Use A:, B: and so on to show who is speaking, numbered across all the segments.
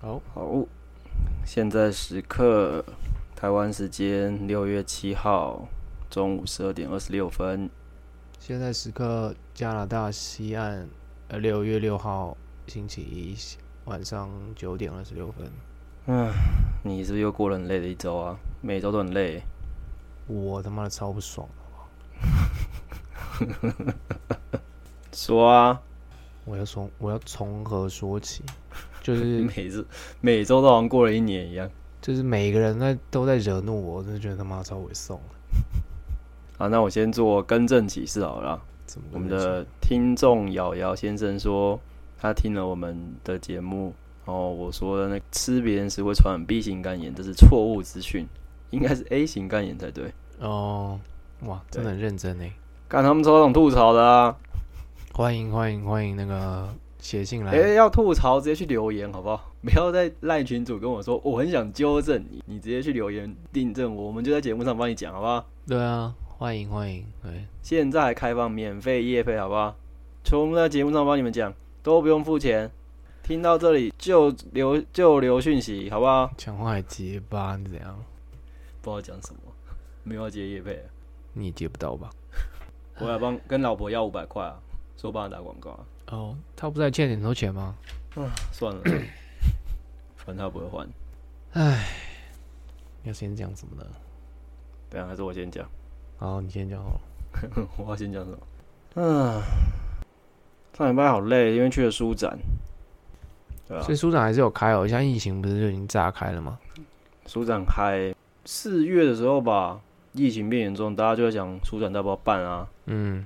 A: 好，
B: 好，现在时刻，台湾时间六月七号中午十二点二十六分。
A: 现在时刻加拿大西岸，呃，六月六号星期一晚上九点二十六分。
B: 嗯，你是不是又过了很累的一周啊？每周都很累。
A: 我他妈的超不爽，
B: 说啊，
A: 我要从我要从何说 起？就是
B: 每日每周都好像过了一年一样。
A: 就是每个人在都在惹怒我，我真的觉得他妈超猥琐。
B: 好，那我先做更正启事好了啦。
A: 怎么
B: 我
A: 跟
B: 们
A: 你讲？
B: 的听众瑶瑶先生说，他听了我们的节目，然后我说的那吃别人食会传染 B 型肝炎，这是错误资讯，应该是 A 型肝炎才对。
A: 哦，哇，真的很认真哎！
B: 干他们超想吐槽的啊！
A: 欢迎欢迎欢迎那个写信来
B: 哎、要吐槽直接去留言好不好？不要在赖群主跟我说我很想纠正你，你直接去留言订正我，我们就在节目上帮你讲好不好？
A: 对啊，欢迎欢迎，对，
B: 现在还开放免费夜配好不好？全部在节目上帮你们讲，都不用付钱。听到这里就留就留讯息好不好？
A: 讲话还结巴，你怎样？
B: 不知道讲什么， 没有要接夜配、啊，
A: 你也接不到吧？
B: 我来帮跟老婆要五百块啊，说帮她打广告啊，
A: 哦，他不是还欠你很多钱吗？
B: 算 了，反正她不会还。
A: 要先讲什么呢？
B: 等一下还是我先讲，
A: 好，你先讲好了。
B: 我要先讲什么？嗯，上礼拜好累，因为去了书展，对啊
A: 所，以书长还是有开哦，现在疫情不是就已经炸开了吗？
B: 书展开四月的时候吧，疫情变严重，大家就在想书展要不要办啊？
A: 嗯，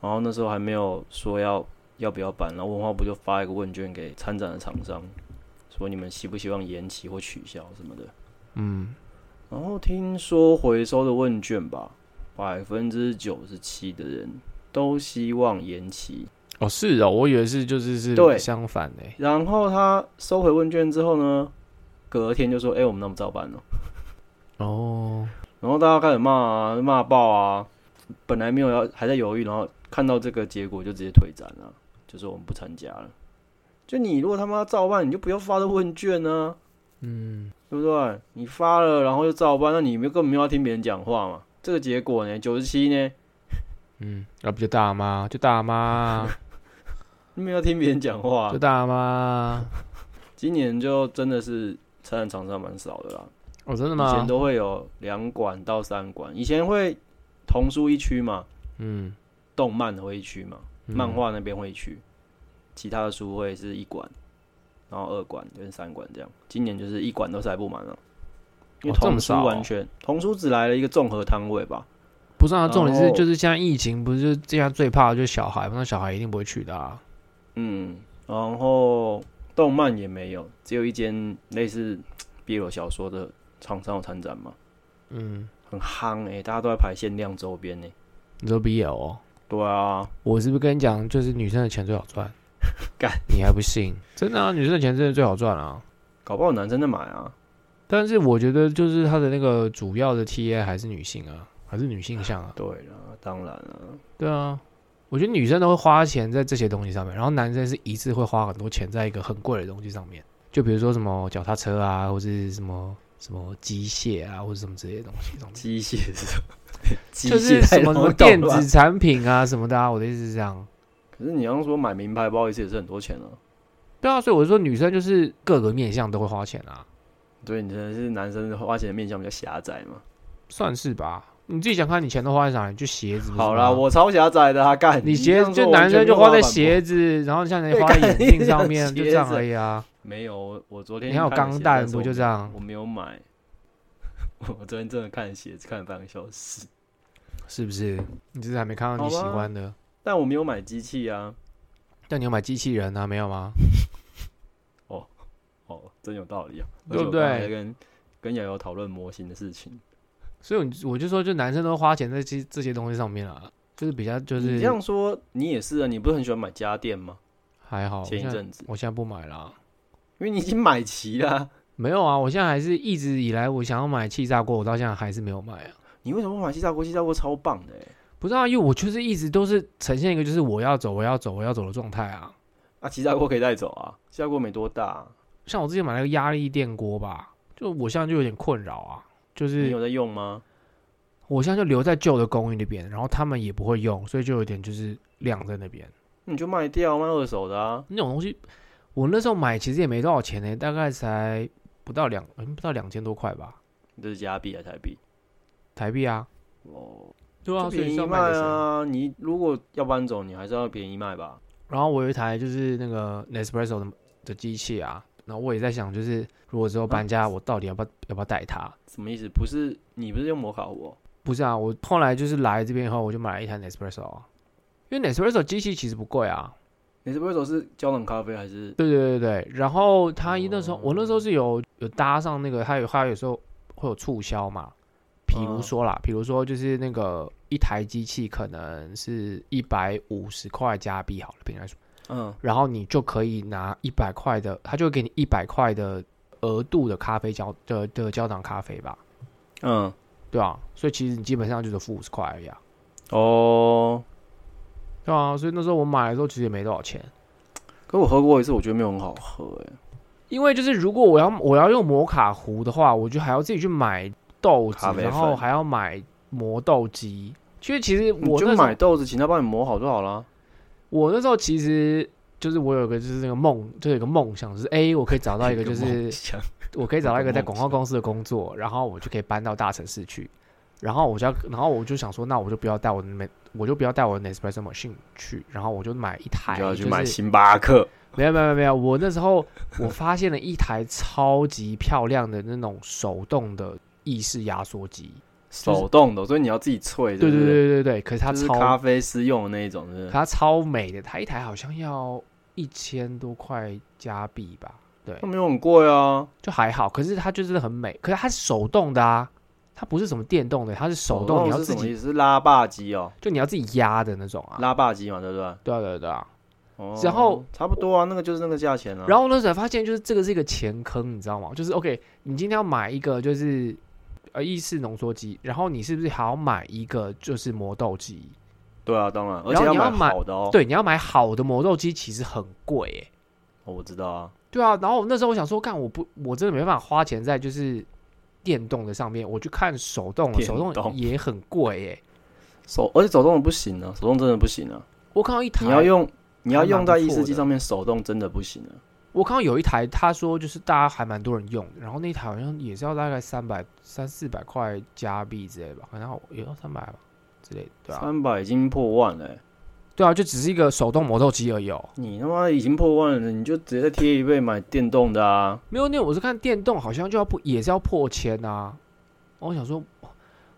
B: 然后那时候还没有说要要不要办，然后文化部就发一个问卷给参展的厂商，说你们希不希望延期或取消什么的。
A: 嗯，
B: 然后听说回收的问卷吧，百分之九十七的人都希望延期。
A: 哦，是哦，我以为是就是是
B: 对
A: 相反的欸，
B: 然后他收回问卷之后呢，隔天就说：“哎、我们那么早办了。
A: 哦，”
B: 然后大家开始骂啊，骂爆啊。本来没有要还在犹豫，然后看到这个结果就直接退展了，就说我们不参加了。就你如果他妈照办，你就不要发这问卷啊，
A: 嗯，
B: 对不对？你发了，然后又照办，那你根本没有要听别人讲话嘛。这个结果呢，九十七呢，
A: 嗯，啊，不就大妈，就大 妈，
B: 你没有听别人讲话、
A: 就大妈，
B: 今年就真的是参展厂商蛮少的啦，
A: 哦，真的
B: 以前
A: 吗？
B: 都会有两馆到三馆，以前会童书一区嘛，
A: 嗯，
B: 动漫会一区嘛，
A: 嗯
B: 漫画那边会一区，其他的书会是一馆，然后二馆跟三馆这样。今年就是一馆都塞不满了，因为
A: 哦这么
B: 童书
A: 少哦
B: 完全、童书只来了一个综合摊位吧，
A: 不是啊，重点
B: 然
A: 是
B: 后
A: 就是现在疫情，不是就是这样最怕的就是小孩，那小孩一定不会去的啊。
B: 嗯，然后动漫也没有，只有一间类似 BL 小说的厂商有参展嘛，
A: 嗯，
B: 很夯哎、大家都在排限量周边呢、欸
A: 你说 BL，哦
B: 对啊，？
A: 我是不是跟你讲，就是女生的钱最好赚
B: 干，
A: 你还不信？真的啊，女生的钱真的最好赚啊。
B: 搞不好男生在买啊。
A: 但是我觉得就是他的那个主要的 TA 还是女性啊，还是女性向啊。
B: 对啦，当然啦，
A: 对啊，我觉得女生都会花钱在这些东西上面，然后男生是一次会花很多钱在一个很贵的东西上面，就比如说什么脚踏车啊，或是什么什么机械啊，或者什么之类的东西上面。
B: 机械是什么机 械
A: 就是什么什么电
B: 太笼统了
A: 子
B: 吧
A: 产品啊什么的啊，我的意思是这样。
B: 可是你要说买名牌包一次也是很多钱啊。
A: 对啊，所以我就说女生就是各个面向都会花钱啊，
B: 对，你真的是男生花钱的面向比较狭窄嘛。
A: 算是吧。你自己想看，你钱都花在哪里？就鞋子不是吗。
B: 好啦，我超狭窄的啊，干
A: 你鞋
B: 这样
A: 就
B: 说
A: 男生就花在
B: 我完全没有办法反驳。
A: 鞋子，然后像你
B: 对
A: 花在
B: 干
A: 眼
B: 你
A: 镜
B: 讲
A: 上 面，就
B: 鞋
A: 这样
B: 子
A: 而已啊。
B: 没有，我我昨天
A: 你还有
B: 看了
A: 钢
B: 鞋
A: 蛋
B: 但是
A: 不
B: 我
A: 就
B: 没
A: 这样
B: 我没有买， 我昨天真的看鞋子看了半个小时，
A: 是不是？你只是还没看到你喜
B: 好吧
A: 欢的。
B: 但我没有买机器啊。
A: 但你有买机器人啊？没有吗？
B: 哦，真有道理啊，而
A: 对
B: 且
A: 不
B: 我刚才
A: 对
B: 在跟跟瑶瑶讨论模型的事情，
A: 所以我就我就说，就男生都花钱在这这些东西上面啊，就是比较就
B: 你
A: 是
B: 这样说，你也是啊，你不是很喜欢买家电吗？
A: 还哦好。我
B: 前
A: 现
B: 一
A: 在
B: 阵子，
A: 我现在不买啦、
B: 因为你已经买齐啦、
A: 没有啊，我现在还是一直以来我想要买气炸锅，我到现在还是没有买啊。
B: 你为什么不买气炸锅？气炸锅超棒的、欸、
A: 不是啊，因为我就是一直都是呈现一个就是我要走，我要走，我要走的状态啊。
B: 啊！气炸锅可以带走啊，气炸锅没多大啊、
A: 像我之前买那个压力电锅吧，就我现在就有点困扰啊，就
B: 你
A: 是
B: 有在用吗？
A: 我现在就留在旧的公寓那边，然后他们也不会用，所以就有点就是晾在那边。
B: 那你就卖掉，卖二手的啊。
A: 那种东西，我那时候买其实也没多少钱呢、欸大概才不到两、嗯不到两千多块吧，
B: 你这是加币还啊是台币？
A: 台币啊。
B: 哦，
A: 对啊，
B: 就
A: 所以
B: 便
A: 是
B: 宜
A: 要
B: 卖
A: 买的啊。
B: 啊！你如果要搬走，你还是要便宜卖吧。
A: 然后我有一台就是那个 Nespresso 的的机器啊，然后我也在想，就是如果之后搬家，我到底要不要要不要带它？
B: 什么意思？不是你不是用摩卡壶哦、
A: 不是啊，我后来就是来这边以后，我就买了一台 Nespresso 啊，因为 Nespresso 机器其实不贵啊。
B: 你是不是都是胶囊咖啡还是？
A: 对对对对，然后它一那时候、我那时候是有有搭上那个，它有它有时候会有促销嘛，比如说啦，比如说就是那个一台机器可能是一百五十块加币好了，平来说，
B: 嗯，
A: 然后你就可以拿一百块的，它就会给你一百块的额度的咖啡胶的的胶囊咖啡吧，
B: 嗯，
A: 对啊，所以其实你基本上就是付五十块而已啊。
B: 哦，
A: 对啊，所以那时候我买的时候其实也没多少钱，
B: 可我喝过一次，我觉得没有很好喝、欸，
A: 因为就是如果我要我要用摩卡壶的话，我就还要自己去买豆子
B: 咖，啡
A: 然
B: 粉
A: 后还要买磨豆机。其实其实
B: 你
A: 我那时
B: 就
A: 候
B: 买豆子，请他帮你磨好就好了。
A: 我那时候其实就是我有个就是那个梦，就有一个梦想，就是哎、诶我可以找到一 个就是我可以找到一个在广告公司的工作，然后我就可以搬到大城市去。然后我就要，然后我就想说，那我就不要带我的 Nes- 我就不要带我的 Nespresso machine 去，然后我就买一台，
B: 你就要去
A: 是
B: 买星巴克，
A: 没有没有没有没有，我那时候 我发现了一台超级漂亮的那种手动的意式压缩机，
B: 手动的，所以你要自己萃，
A: 对
B: 对
A: 对
B: 不，
A: 对对对，可是它
B: 就是
A: 超
B: 咖啡师用的那一种，是不
A: 可
B: 是？
A: 它超美的，它一台好像要一千多块加币吧，对
B: 那，没有很贵啊，
A: 就还好，可是它就真的很美，可是它是手动的啊，它不是什么电动的，它是手动，你要
B: 哦是
A: 自
B: 什么
A: 己
B: 意思？是拉霸机哦，
A: 就你要自己压的那种啊，
B: 拉霸机嘛，对不对？
A: 对啊对啊对啊，
B: 哦，
A: 然后
B: 差不多啊，那个就是那个价钱啊。
A: 然后呢，才发现就是这个是一个钱坑，你知道吗？就是 OK，你今天要买一个就是呃意式浓缩机，然后你是不是还要买一个就是磨豆机？
B: 对啊，当然，而
A: 然
B: 且
A: 后你要
B: 买
A: 买
B: 好的哦。
A: 对，你要买好的磨豆机其实很贵诶、
B: 哦，我知道啊，
A: 对啊，然后那时候我想说，干我不我真的没办法花钱在就是电动的上面，我去看手动了，
B: 电
A: 手动
B: 动
A: 也很贵诶、
B: 手，而且手动的不行啊，手动真的不行啊。
A: 我看到一台，
B: 你要用，你要用在意
A: 还蛮不
B: 式
A: 错
B: 机
A: 的
B: 上面，手动真的不行啊。
A: 我看到有一台，他说就是大家还蛮多人用的，然后那台好像也是要大概三百三四百块加币之类的吧，好像也要三百吧之类的，对啊，
B: 三百已经破万了欸、
A: 对啊，就只是一个手动磨豆机而已哦。
B: 你他妈已经破万了，你就直接再贴一倍买电动的啊！
A: 没有，那我是看电动好像就要破，也是要破千啊。我想说，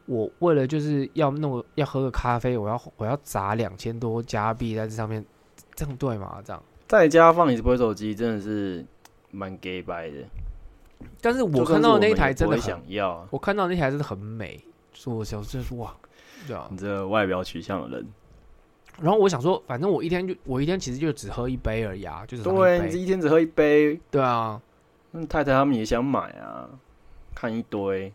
A: 我为了就是要弄要喝个咖啡，我要我要砸两千多加币在这上面，这样对吗？这样，
B: 在家放你这部手机真的是蛮 gay 白的。
A: 但是我
B: 就算
A: 看
B: 是
A: 到的那
B: 们
A: 一
B: 也
A: 台真的很，
B: 不会想要、啊，
A: 我看到那台真的很美，所以我想就是哇，对啊，
B: 你这个外表取向的人，
A: 然后我想说，反正我一天就我一天其实就只喝一杯而已啊，就是喝一
B: 对，你这
A: 杯。
B: 一天只喝一杯，
A: 对啊，
B: 那太太他们也想买啊，看一堆，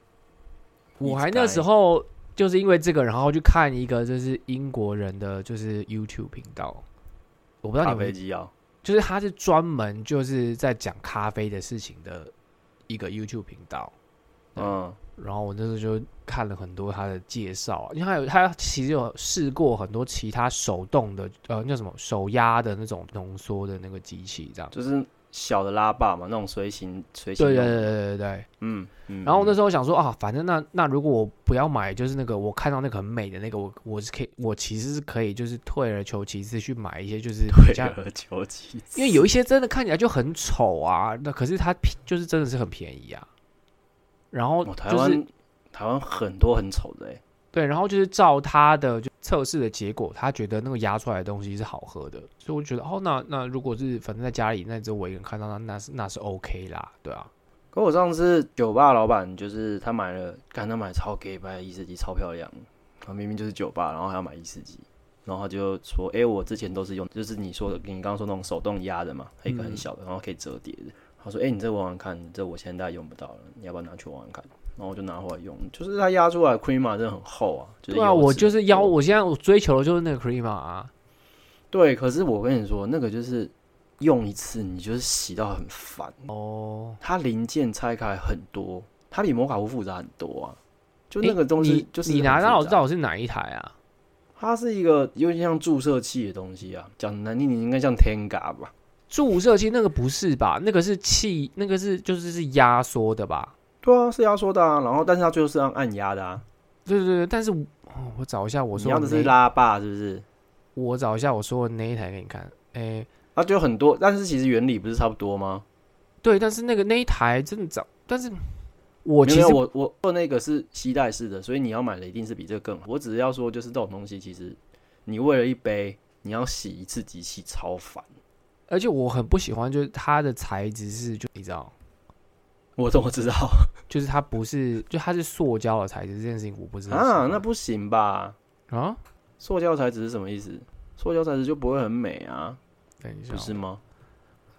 A: 我还那时候就是因为这个，然后去看一个就是英国人的就是 YouTube 频道，我不知道
B: 咖
A: 你
B: 啡
A: 们
B: 机啊，
A: 就是他是专门就是在讲咖啡的事情的一个 YouTube 频道。
B: 嗯，
A: 然后我那时候就看了很多他的介绍啊，因为他有他其实有试过很多其他手动的呃那叫什么手压的那种浓缩的那个机器这样。
B: 就是小的拉霸嘛，那种随行随行
A: 对
B: 用
A: 对
B: 的，
A: 对对对对。
B: 嗯嗯。
A: 然后那
B: 时
A: 时候想说啊，反正那那如果我不要买，就是那个我看到那个很美的那个，我我是可以，我其实是可以就是退而求其次去买一些就是 比较
B: 退，而求其次，
A: 因为有一些真的看起来就很丑啊，那可是它便就是真的是很便宜啊。然后
B: 哦台
A: 就
B: 湾、
A: 是
B: 台湾很多很丑的、欸，
A: 对，然后就是照他的就测试的结果，他觉得那个压出来的东西是好喝的，所以我就觉得哦，那那如果是反正在家里，那只有我一个人看到那那是那是 OK 啦，对啊，
B: 可我上次酒吧老板就是他买了，看他买超 gay 白的伊斯机，超漂亮。他明明就是酒吧，然后还要买伊斯机，然后他就说：“哎、我之前都是用，就是你说的，你刚刚说那种手动压的嘛，还有一个很
A: 嗯
B: 小的，然后可以折叠的。”他说：“哎、你这玩玩看，这我现在用不到了，你要不要拿去玩玩看？”然后我就拿回来用，就是它压出来的 cream 啊，真的很厚啊。就是、
A: 对啊，我就是要，我现在我追求的就是那个 cream 啊，
B: 对，可是我跟你说，那个就是用一次你就是洗到很烦。
A: 哦，
B: 它零件拆开很多，它比摩卡壶复杂很多啊。就
A: 诶
B: 那个东
A: 你
B: 西，就是
A: 你拿到
B: 到
A: 我知道我是哪一台啊？
B: 它是一个有点像注射器的东西啊。讲难听，你应该像 Tenga 吧？
A: 注射器那个不是吧？那个是气，那个是就是是压缩的吧？
B: 对啊，是压缩的啊。然后，但是它最后是让按压的啊。
A: 对对对，但是我、哦我找一下我
B: 你
A: 说
B: 要
A: 的
B: 的
A: 那
B: 是拉霸是不是？
A: 我找一下我说的那一台给你看。哎、
B: 啊，就很多，但是其实原理不是差不多吗？
A: 对，但是那个那一台真的找，但是我
B: 没
A: 其实
B: 有，我我做那个是吸带式的，所以你要买的一定是比这个更好。我只是要说，就是这种东西，其实你为了一杯，你要洗一次机器超烦。
A: 而且我很不喜欢，就是它的材质是就你知道，
B: 我怎么知道
A: 就是它不是就它是塑胶的材质这件事情我不知道
B: 啊？那不行吧？
A: 啊，
B: 塑胶材质是什么意思？塑胶材质就不会很美啊，
A: 等一下
B: 不是吗？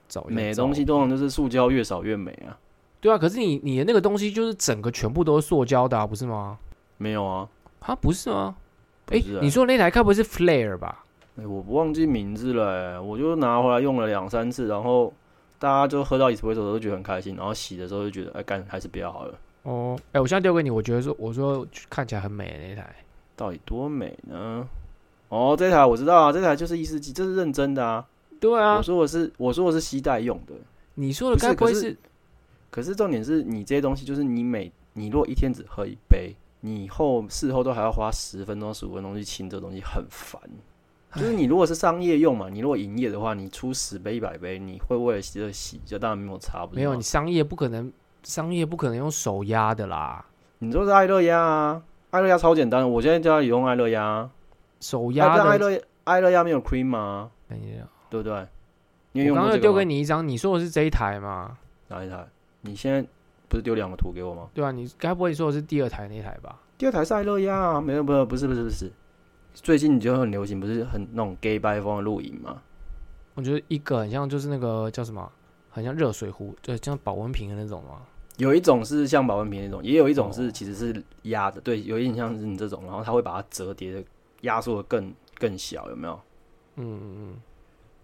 A: 找一下
B: 美的
A: 照
B: 东西通常就是塑胶越少越美啊。
A: 对啊，可是你你的那个东西就是整个全部都是塑胶的、啊，不是吗？
B: 没有啊，
A: 啊，不是吗？
B: 不
A: 哎、
B: 是啊
A: 你说那台该不会是 Flare 吧？
B: 哎、我不忘记名字了、欸我就拿回来用了两三次，然后大家就喝到一次回首都觉得很开心，然后洗的时候就觉得，哎、干还是不要好了。
A: 哦，哎、我现在丢给你，我觉得说我说看起来很美的那台，
B: 到底多美呢？哦，这台我知道啊，这台就是一世纪，这是认真的啊。
A: 对啊
B: 我，说我是我说我是吸带用的，
A: 你说的
B: 不是
A: 该不会
B: 可是
A: 是
B: 可是重点是你这些东西，就是你每你若一天只喝一杯，你以后事后都还要花十分钟、十五分钟去清这个东西，很烦。就是你如果是商业用嘛，你如果营业的话，你出十杯、一百杯，你会为了洗这洗，就当然没有差，不是
A: 没有，
B: 吗
A: 你商业不可能，商业不可能用手压的啦，
B: 你说是爱乐压啊，爱乐压超简单的，我现在家里用爱乐压啊，
A: 手
B: 啊
A: 压
B: 但爱
A: 的。
B: 乐爱乐压没有 cream 吗？
A: 等一下，
B: 对啊不对？你有
A: 我
B: 用
A: 刚刚
B: 过这
A: 又丢
B: 个
A: 给
B: 吗？
A: 你一张，你说的是这一台嘛？
B: 哪一台？你现在不是丢两个图给我吗？
A: 对啊，你该不会说的是第二台那台吧？
B: 第二台是爱乐压啊，没有，不是，不是，不是，不是。最近你就很流行，不是很那种 gay 拜风的露营吗？
A: 我觉得一个很像就是那个叫什么，很像热水壶，对，像保温瓶的那种嘛。
B: 有一种是像保温瓶那种，也有一种
A: 哦
B: 是其实是压的，对，有一点像是你这种，然后它会把它折叠的压缩的更更小，有没有？
A: 嗯嗯嗯，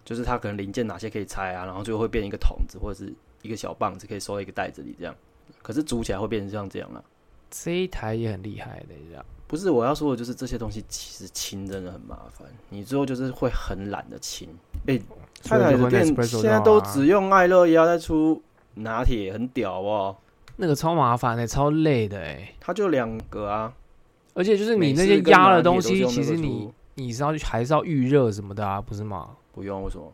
B: 就是它可能零件哪些可以拆啊，然后最后会变一个桶子或者是一个小棒子，可以收在一个袋子里这样。可是煮起来会变成像这样啊。
A: 这一台也很厉害，等一下。
B: 不是我要说的，就是这些东西其实清真的很麻烦，你最后就是会很懒得清。哎、太太的
A: 所以就
B: 店
A: 跟 Nespresso
B: 现在都
A: 就好啊
B: 只用爱乐压在出拿铁，很屌好不好？
A: 那个超麻烦的、超累的哎、
B: 它就两个啊，
A: 而且就是你
B: 美
A: 那
B: 式
A: 些
B: 跟
A: 压
B: 拿
A: 的东
B: 铁
A: 西，
B: 都是
A: 其
B: 用那
A: 实
B: 个
A: 你
B: 出
A: 你是要还是要预热什么的啊，不是吗？
B: 不用为什么？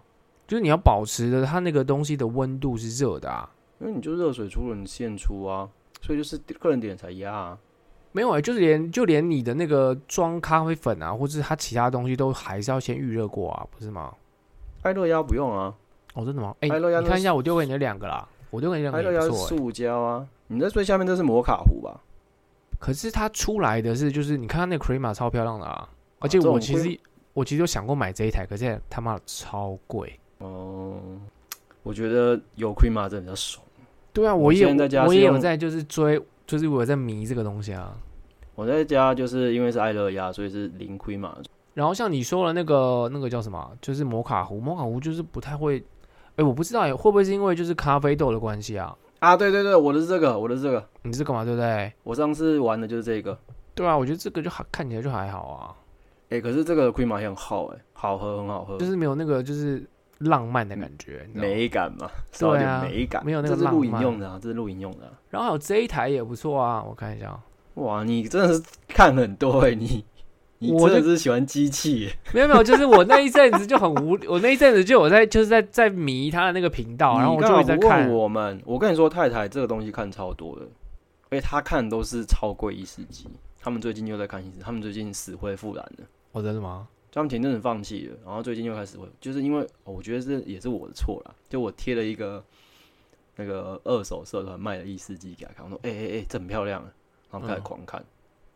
A: 就是你要保持的它那个东西的温度是热的啊。
B: 因为你就热水出了，你现出啊，所以就是个人点才压啊。
A: 没有啊、就是连就连你的那个装咖啡粉啊，或者是它其他东西都还是要先预热过啊，不是吗？
B: 爱乐压不用啊，
A: 哦，真的吗？哎、
B: 哎洛阳
A: 你看一下，我丢给你的两个啦，我丢给你两
B: 爱
A: 个
B: 乐
A: 也
B: 压是
A: 不错、哎
B: 塑胶啊。你在最下面这是摩卡壶吧？
A: 可是它出来的是，就是你看它那个 crema 超漂亮的啊，而且
B: 这种
A: 我其
B: 会
A: 实我其实有想过买这一台，可是他妈的超贵。
B: 哦、我觉得有 cream 啊，真的比较爽。
A: 对啊，
B: 我
A: 我也
B: 现在在家
A: 我
B: 是
A: 也有
B: 用
A: 在就是追，就是我有在迷这个东西啊。
B: 我在家就是因为是爱乐压，所以是零 cream 啊。
A: 然后像你说的那个那个叫什么啊，就是摩卡壶，摩卡壶就是不太会，哎，我不知道哎，会不会是因为就是咖啡豆的关系啊？
B: 啊，对对对，我的是这个，我的是这个，
A: 你是干嘛对不对？
B: 我上次玩的就是这个。
A: 对啊，我觉得这个就还看起来就还好啊，
B: 哎、可是这个 cream 也很好哎、好喝，很好喝，
A: 就是没有那个就是浪漫的感觉，你知道吗？
B: 美感嘛，少一
A: 对啊
B: 点美感。
A: 没有那个
B: 这是露营
A: 浪漫
B: 用的啊，这是露营用的啊、
A: 然后还有这一台也不错啊，我看一下啊，
B: 哇，你真的是看很多哎、你你
A: 我
B: 真的
A: 就是
B: 喜欢机器、欸。
A: 没有没有，就是我那一阵子就很无， 我那一阵子就有在就是在在迷他的那个频道，然后
B: 你
A: 我
B: 干
A: 就
B: 嘛
A: 会在
B: 不
A: 看
B: 问。我们？我跟你说，太太这个东西看超多的，而且她看都是超贵一世纪。他们最近又在看一次，他们最近死灰复燃了。
A: 我哦真的吗？
B: 他们前阵子放弃了，然后最近又开始会，就是因为、哦我觉得这也是我的错啦，就我贴了一个那个二手社团卖的异世纪给他看，我说哎哎哎，这很漂亮啊，然后开始
A: 嗯哦
B: 狂看，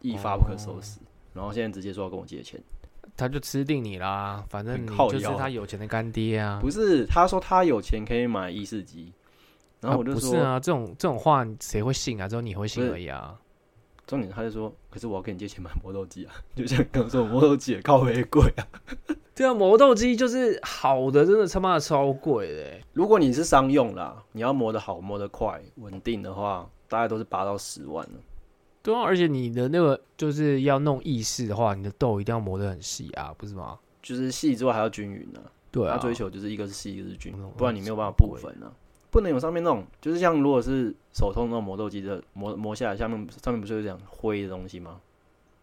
B: 一发不可收拾，然后现在直接说要跟我借钱，
A: 他就吃定你啦，反正你
B: 很靠
A: 就是
B: 腰
A: 他有钱的干爹啊。
B: 不是他说他有钱可以买异世纪，然后我
A: 啊
B: 就
A: 不
B: 说、
A: 是啊，这种这种话谁会信啊？只有你会信
B: 不是
A: 而已啊。
B: 重 点他就说，可是我要跟你借钱买磨豆机啊，就像刚说磨豆机也靠背贵啊，
A: 对啊，磨豆机就是好的，真的他妈的超贵的欸。
B: 如果你是商用啦，你要磨得好、磨得快、稳定的话，大概都是八到十万了。
A: 对啊，而且你的那个就是要弄意式的话，你的豆一定要磨得很细啊，不是吗？
B: 就是细之外还要均匀呢、
A: 对啊，
B: 他追求就是一个是细，一个是均
A: 那种，
B: 不然你没有办法部分啊。不能有上面那种，就是像如果是手动那种磨豆机的磨磨下来，下面上面不是有点灰的东西吗？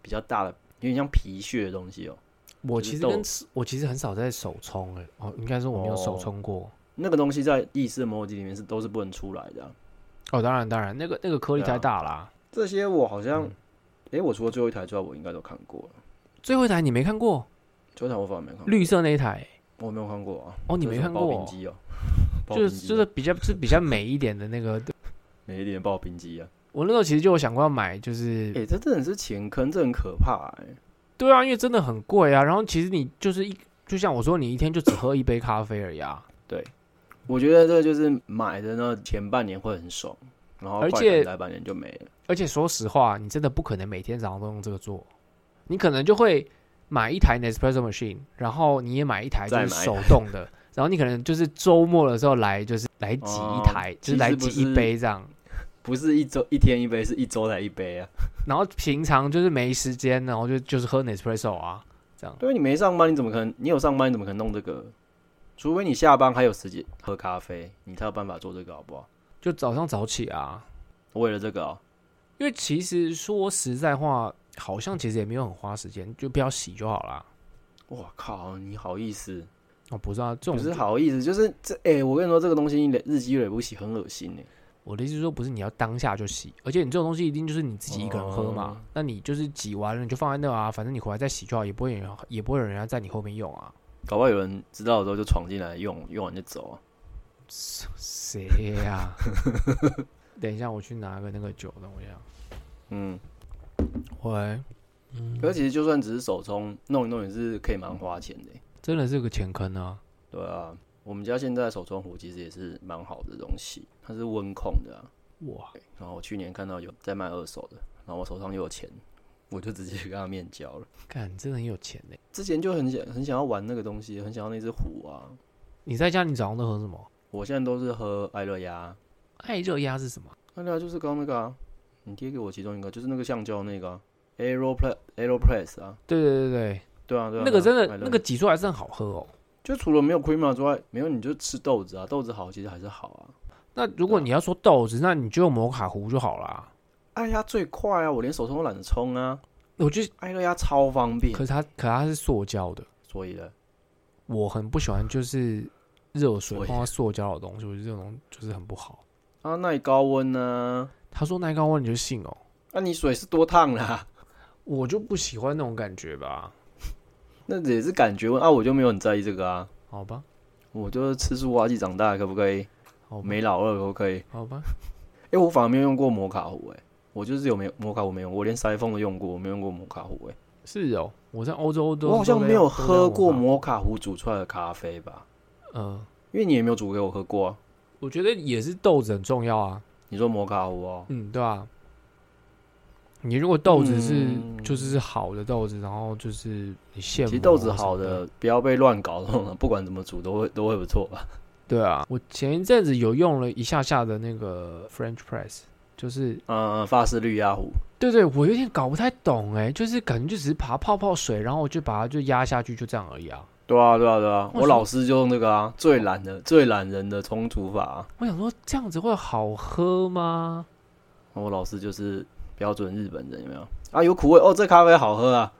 B: 比较大的，有点像皮屑的东西哦、
A: 我
B: 就
A: 其
B: 是
A: 实
B: 豆
A: 跟我其实很少在手冲哎、哦，应该说我没有手
B: 哦
A: 冲过。
B: 那个东西在意式的磨豆机里面是都是不能出来的啊、
A: 哦，当然当然，那个那个颗粒
B: 对啊
A: 太大啦、
B: 这些我好像，
A: 嗯
B: 诶、我除了最后一台之外，我应该都看过了。
A: 最后一台你没看过，
B: 最后一台我反而没看过，
A: 绿色那一台，
B: 我没有看过啊。
A: 哦你没
B: 这是
A: 看过
B: 刨冰机哦，刨
A: 就
B: 冰
A: 是
B: 机啊
A: 就是比较就是比较美一点的那个。
B: 哪一点刨冰机啊？
A: 我那时候其实就有想过要买，就是、
B: 诶、这真的是钱坑，这很可怕哎、
A: 对啊，因为真的很贵啊。然后其实你就是一，就像我说，你一天就只喝一杯咖啡而已啊。
B: 我觉得这个就是买的呢，前半年会很爽，然后
A: 而
B: 快
A: 且
B: 感来半年就没了。
A: 而且说实话，你真的不可能每天早上都用这个做，你可能就会买一台 Nespresso machine，然后你也买一台就
B: 再
A: 是
B: 买一
A: 手动的，然后你可能就是周末的时候来，就是来挤
B: 哦
A: 一台，就是来
B: 其实
A: 挤
B: 不
A: 一
B: 是
A: 杯这样。
B: 不是一周一天一杯，是一周才一杯啊。
A: 然后平常就是没时间，然后就就是喝 Nespresso 啊，这样。
B: 对啊，你没上班，你怎么可能？你有上班，你怎么可能弄这个？除非你下班还有时间喝咖啡，你才有办法做这个，好不好？
A: 就早上早起啊，
B: 为了这个哦、
A: 因为其实说实在话，好像其实也没有很花时间，就不要洗就好啦。
B: 我靠，你好意思？
A: 哦，不是啊，这种
B: 不是好意思，就是这哎、我跟你说，这个东西你累日积月累不洗，很恶心哎、
A: 我的意思是说，不是你要当下就洗，而且你这种东西一定就是你自己一个人喝嘛，
B: 哦
A: 那你就是挤完了你就放在那啊，反正你回来再洗就好，也不会有人也不会有人家在你后面用啊。
B: 搞不好有人知道的时候就闯进来用，用完就走啊。
A: 谁呀、 等一下，我去拿个那个酒，等我一下。
B: 嗯，
A: 喂，
B: 可是其实就算只是手冲弄一弄，也是可以蛮花钱的欸、
A: 真的是个钱坑啊！
B: 对啊，我们家现在手冲壶其实也是蛮好的东西，它是温控的、啊。
A: 哇，
B: 然后我去年看到有在卖二手的，然后我手上又有钱，我就直接跟他面交了。
A: 干，真的很有钱呢。
B: 之前就很想很想要玩那个东西，很想要那只壶啊。
A: 你在家你早上都喝什么？
B: 我现在都是喝爱乐压，
A: 爱热压是什么？
B: 爱乐压就是刚刚那个啊，你贴给我其中一个，就是那个橡胶那个、啊、Aeropress Aeropress 啊，
A: 对对对对，
B: 对啊对啊，
A: 那个真
B: 对
A: 的
B: 啊
A: 那个，挤出来真的好喝哦。
B: 就除了没有 creamer 之外，没有你就吃豆子啊，豆子好其实还是好啊。
A: 那如果你要说豆子，那你就用摩卡壶就好啦。
B: 爱乐压最快啊，我连手冲都懒得冲啊，
A: 我就
B: 爱乐压超方便
A: 可，是它可它是塑胶的。
B: 所以呢，
A: 我很不喜欢就是热水
B: 所以
A: 碰到塑胶的东西，我觉得这种东西就是很不好。
B: 啊，耐高温呢、
A: 他说耐高温你就信哦，
B: 那、你水是多烫啦、
A: 我就不喜欢那种感觉吧？
B: 那也是感觉问啊，我就没有很在意这个啊，
A: 好吧，
B: 我就是吃素挖鸡长大，可不可以？
A: 好吧
B: 没老二可不可以？
A: 好吧，
B: 哎、我反而没有用过摩卡壶，哎，我就是有没有摩卡壶没用过，我连塞风都用过，我没用过摩卡壶，哎，
A: 是哦，我在欧洲都
B: 我好像没有喝过
A: 摩，
B: 摩卡壶煮出来的咖啡吧？
A: 嗯，
B: 因为你也没有煮给我喝过啊。
A: 我觉得也是豆子很重要啊，
B: 你说摩卡壶哦，
A: 嗯，对啊。你如果豆子是、
B: 嗯
A: 就是是好的豆子，然后就是你现
B: 其实
A: 磨
B: 豆子
A: 啊什么
B: 好的，不要被乱搞弄了，不管怎么煮都会都会不错吧？
A: 对啊，我前一阵子有用了一下下的那个 French press，就是
B: 嗯，法式绿鸭壶，
A: 对对，我有点搞不太懂哎，就是感觉就只是把它泡泡水，然后我就把它就压下去，就这样而已啊。
B: 对啊对啊对啊，
A: 为什
B: 我
A: 么
B: 老师就用这个啊，最懒的最懒人的冲煮法、啊。
A: 我想说这样子会好喝吗？
B: 我老师就是标准日本人，有没有？啊，有苦味哦，这咖啡好喝啊！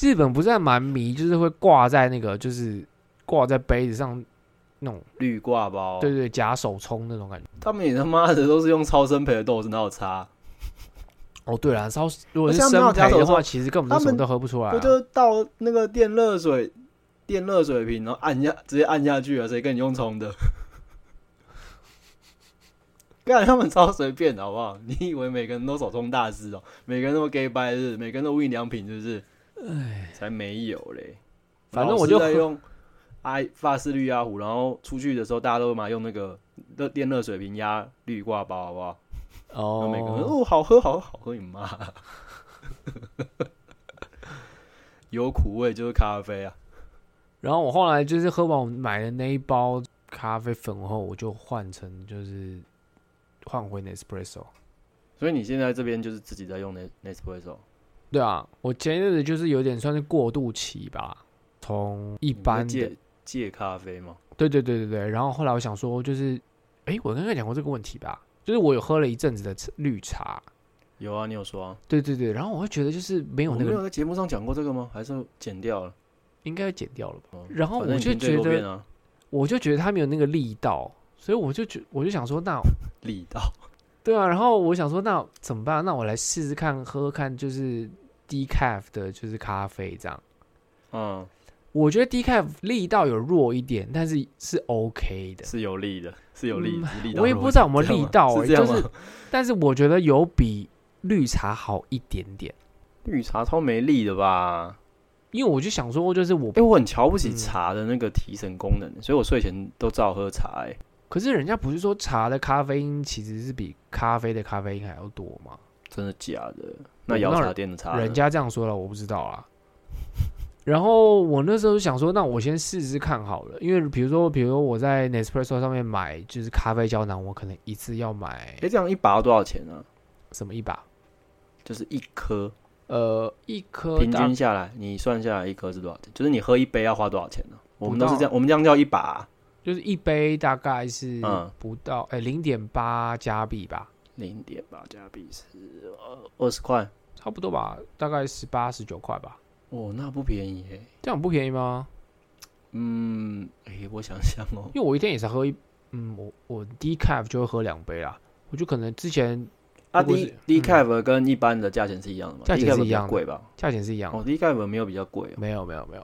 A: 日本不是还蛮迷，就是会挂在那个就是挂在杯子上那种，
B: 绿挂包，
A: 对，对，假手冲那种感觉。
B: 他们也他妈的都是用超生培的豆子，哪有差？啊
A: 哦，对了，稍如果
B: 而且
A: 是
B: 他们
A: 生
B: 那种假
A: 培
B: 手
A: 的话，
B: 冲
A: 其实根本就
B: 他
A: 什么
B: 们
A: 都喝不出来、
B: 不
A: 啊。
B: 就倒那个电热水，电热水瓶，然后按下直接按下去啊？谁跟你用冲的？ 干他们超随便的好不好？你以为每个人都手冲大师哦、每个人都 gay 拜日，每个人都无印良品是不是？哎，才没有嘞！
A: 反正我就
B: 老师在用哎发丝绿压壶，然后出去的时候大家都嘛用那个热电热水瓶压绿挂包，好不好？然后每个人
A: 哦，
B: 哦好喝好喝好喝，你妈！ 有苦味就是咖啡啊！
A: 然后我后来就是喝完我买的那一包咖啡粉后，我就换成就是换回 Nespresso。
B: 所以你现在这边就是自己在用 Nes- Nespresso，
A: 对啊，我前一阵子就是有点算是过渡期吧，从一
B: 一
A: 般的
B: 戒戒咖啡吗？
A: 对对对对对。然后后来我想说，就是，哎，我刚刚讲过这个问题吧？就是我有喝了一阵子的绿茶，
B: 有啊，你有说啊？
A: 对对对。然后我会觉得就是没有
B: 我
A: 哦那
B: 没
A: 个，
B: 有在节目上讲过这个吗？还是剪掉了？
A: 应该减掉了吧？
B: 哦
A: 然后
B: 反正
A: 我
B: 你
A: 就
B: 听最
A: 觉
B: 多遍
A: 得，
B: 啊，
A: 我就觉得它没有那个力道，所以我就觉我就想说，那
B: 力 道。
A: 对啊，然后我想说，那怎么办？那我来试试看，喝喝看，就是 decaf 的，就是咖啡这样。
B: 嗯，
A: 我觉得 decaf 力道有弱一点，但是是 OK 的。
B: 是有力的，是有力，是力道弱一点。
A: 嗯我也不知道有没有力道欸
B: 这样吗
A: 就是
B: 这样吗
A: 但是我觉得有比绿茶好一点点，
B: 绿茶超没力的吧？
A: 因为我就想说，就是我
B: 哎、，我很瞧不起
A: 嗯
B: 茶的那个提神功能，所以我睡前都照喝茶、欸。
A: 可是人家不是说茶的咖啡因其实是比咖啡的咖啡因还要多吗？
B: 真的假的？那摇茶店的茶呢，
A: 人家这样说了，我不知道啊。 然后我那时候想说，那我先试试看好了，因为比如说，比如说我在 Nespresso 上面买就是咖啡胶囊，我可能一次要买
B: 哎、这样一拔多少钱啊？
A: 什么一把，
B: 就是一颗，
A: 呃，一颗
B: 平
A: 大
B: 均下来，你算下来一颗是多少钱？就是你喝一杯要花多少钱呢、我们
A: 不到啊
B: 都是这样，我们这样叫一把、
A: 就是一杯大概是
B: 嗯
A: 不到哎零点八加币吧，
B: 零点八加币是二十块，
A: 差不多吧，大概十八十九块吧，
B: 哦，那不便宜耶、
A: 这样不便宜吗？
B: 嗯，哎、我想想 哦，
A: 因为我一天也才喝一，嗯，我我 decaf 就会喝两杯啦，我就可能之前
B: 啊
A: 如果是嗯
B: ，D D cap 跟一般的价钱是一样的吗？
A: 价钱
B: Decaf
A: 是一
B: 比较
A: 样的
B: 贵吧？
A: 价钱是一样的，
B: 哦，D cap 没有比较贵哦。
A: 没有没有没有，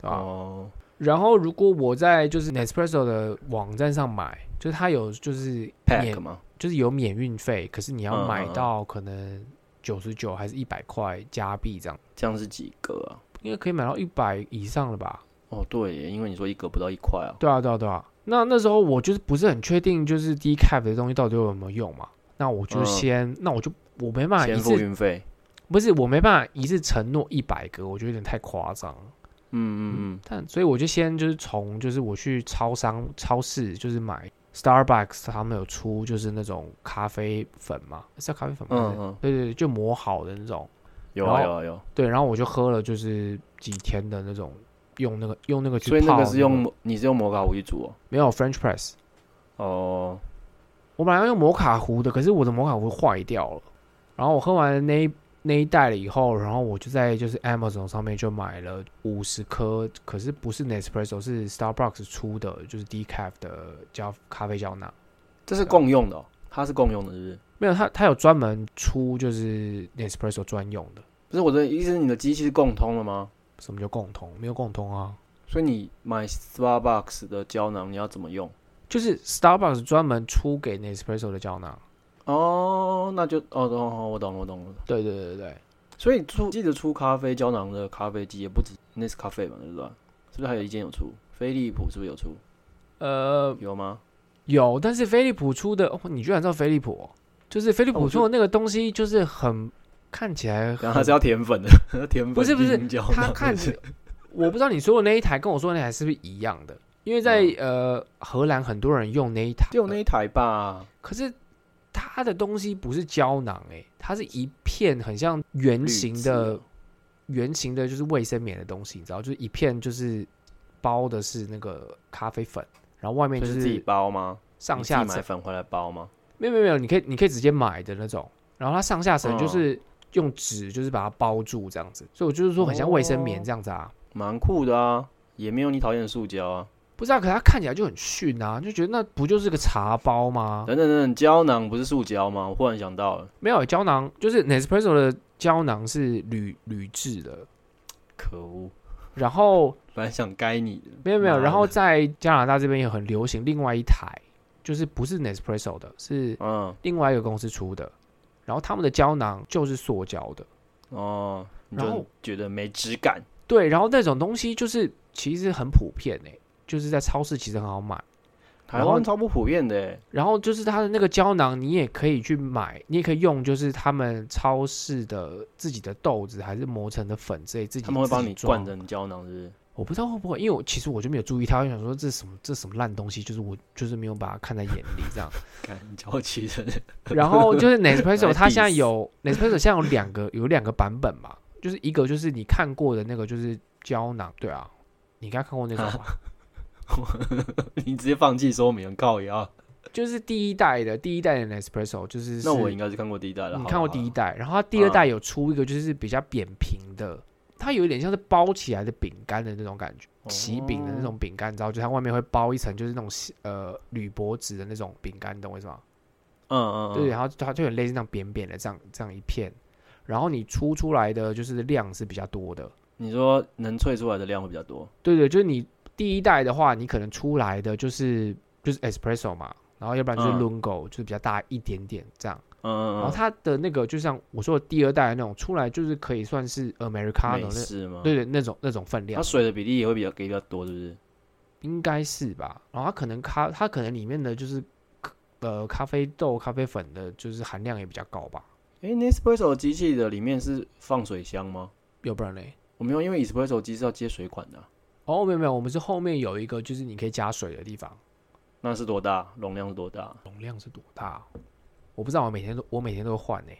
A: 对啊吧？
B: 哦，
A: 然后如果我在就是 Nespresso 的网站上买，就是它有就是免
B: pack 吗？
A: 就是有免运费，可是你要
B: 嗯
A: 买
B: 嗯嗯
A: 到可能九十九还是一百块加币这样，
B: 这样是几个啊？
A: 应该可以买到一百以上了吧？
B: 哦，对耶，因为你说一格不到一块啊。
A: 对啊对啊对啊。那那时候我就是不是很确定，就是 decaf 的东西到底有没有用嘛？那我就
B: 嗯
A: 先，那我就我没办法
B: 先
A: 一
B: 付
A: 次，
B: 运费。
A: 不是我没办法一次承诺一百个，我觉得有点太夸张了。
B: 嗯嗯
A: 但所以我就先就是从就是我去超商超市就是买 Starbucks，他们有出就是那种咖啡粉嘛，是叫咖啡粉吗？
B: 嗯嗯嗯，
A: 对对对，就磨好的那种。
B: 有
A: 然
B: 啊
A: 后
B: 有啊有。
A: 对，然后我就喝了就是几天的那种，用那个用那个去
B: 所以那
A: 泡
B: 个是用摩你是用摩卡壶去煮哦。
A: 没有 French press，
B: 哦，
A: 我本来要用摩卡壶的，可是我的摩卡壶坏掉了。然后我喝完那一那一袋了以后，然后我就在就是 Amazon 上面就买了五十颗，可是不是 Nespresso，是 Starbucks 出的，就是 decaf 的胶咖啡胶囊。
B: 这是共用的哦，它是共用的，是不是？
A: 没有，它它有专门出就是 Nespresso 专用的。
B: 不是我的意思，你的机器是共通的吗？
A: 什么叫共通？没有共通啊，
B: 所以你买 Starbucks 的胶囊，你要怎么用？
A: 就是 Starbucks 专门出给 Nespresso 的胶囊。
B: 哦，那就哦哦哦，我懂了我懂了。
A: 对对对对对，
B: 所以出记得出咖啡胶囊的咖啡机也不止 Nescafe 嘛，对不对？是不是还有一间有出？飞利浦是不是有出？
A: 呃，
B: 有吗？
A: 有，但是飞利浦出的，哦、你居然知道飞利浦哦、就是飞利
B: 哦
A: 浦
B: 我就
A: 出的那个东西，就是很看起来
B: 然后它
A: 很
B: 是，要甜粉的，甜粉
A: 不是不是
B: 精英胶囊
A: 它看起， 我不知道你说的那一台跟我说的那台是不是一样的，因为在、呃荷兰很多人用那一台，
B: 就哦那一台 吧，
A: 可是它的东西不是胶囊诶、它是一片很像圆形
B: 绿
A: 的
B: 字
A: 圆形的，就是卫生棉的东西，你知道，就是一片就是包的是那个咖啡粉，然后外面
B: 就
A: 就是
B: 自己
A: 是
B: 包吗？
A: 上
B: 你
A: 下
B: 自己买
A: 层，
B: 粉回来包吗？
A: 没有没有没有，你可以你可以直接买的那种，然后它上下层
B: 嗯
A: 就是用纸就是把它包住这样子，所以我就是说很像卫生棉
B: 哦
A: 这样子啊。
B: 蛮酷的啊，也没有你讨厌的塑胶啊。
A: 不知道、可是它看起来就很逊啊，就觉得那不就是个茶包吗？
B: 等等等等，胶囊不是塑胶吗？我忽然想到了，
A: 没有胶囊，就是 Nespresso 的胶囊是铝铝制的，
B: 可恶，
A: 然后
B: 本来想该你的，
A: 没有没有，
B: 妈的
A: 然后在加拿大这边也很流行另外一台，就是不是 Nespresso 的，是
B: 嗯
A: 另外一个公司出的，然后他们的胶囊就是塑胶的，
B: 哦，你
A: 然
B: 就
A: 后
B: 觉得没质感，
A: 对，然后那种东西就是其实很普遍诶、就是在超市其实很好买，
B: 台湾超不普遍的欸，
A: 然后就是它的那个胶囊你也可以去买，你也可以用，就是他们超市的自己的豆子还是磨成的粉之类，自己
B: 他们会帮你
A: 自己装
B: 灌成胶囊，是不是？
A: 我不知道会不会，因为我其实我就没有注意它，我想说这什么这什么烂东西，就是我就是没有把它看在眼里这样。
B: 看你瞧其 人，
A: 然后就是 Nespresso，
B: 来
A: 它现在
B: diss
A: 有 Nespresso 现在有两个有两个版本嘛，就是一个就是你看过的那个就是胶囊，对啊，你应该看过那种吧？
B: 你直接放弃说明，靠呀！
A: 就是第一代的第一代的 Nespresso，就是
B: 那我
A: 是
B: 应该是看过第一代了。
A: 你
B: 好嗯
A: 看过
B: 啦
A: 第一
B: 好啦
A: 代，然后它第二代有出一个就是比较扁平的，它有一点像是包起来的饼干的那种感觉，
B: 哦
A: 喜饼的那种饼干，然后就它外面会包一层就是那种呃铝箔纸的那种饼干，你懂我意思吗？
B: 嗯嗯，
A: 对，
B: 啊，
A: 然后它就很类似那样扁扁的这样这样一片，然后你出出来的就是量是比较多的，
B: 你说能萃出来的量会比较多，
A: 对对，就是你第一代的话，你可能出来的就是就是 espresso 嘛，然后要不然就是
B: 嗯
A: lungo，、就是比较大一点点这样，然
B: 嗯
A: 后
B: 嗯
A: 它的那个就像我说的第二代的那种出来就是可以算是
B: 嗯，
A: americano
B: 美
A: 那
B: 式吗？
A: 对，对那种那种分量
B: 它，水的比例也会比较给比较多，是不是？
A: 应该是吧，然后它可能咖它可能里面的就是呃咖啡豆咖啡粉的就是含量也比较高吧，
B: 诶 n e s p r e s s o 机器的里面是放水箱吗？
A: 要不然嘞。
B: 我没有，因为 espresso 机是要接水管的啊、
A: 哦，没有没有，我们是后面有一个就是你可以加水的地方，
B: 那是多大？容量是多大？
A: 容量是多大啊？我不知道，我每天都我每天都会换呢、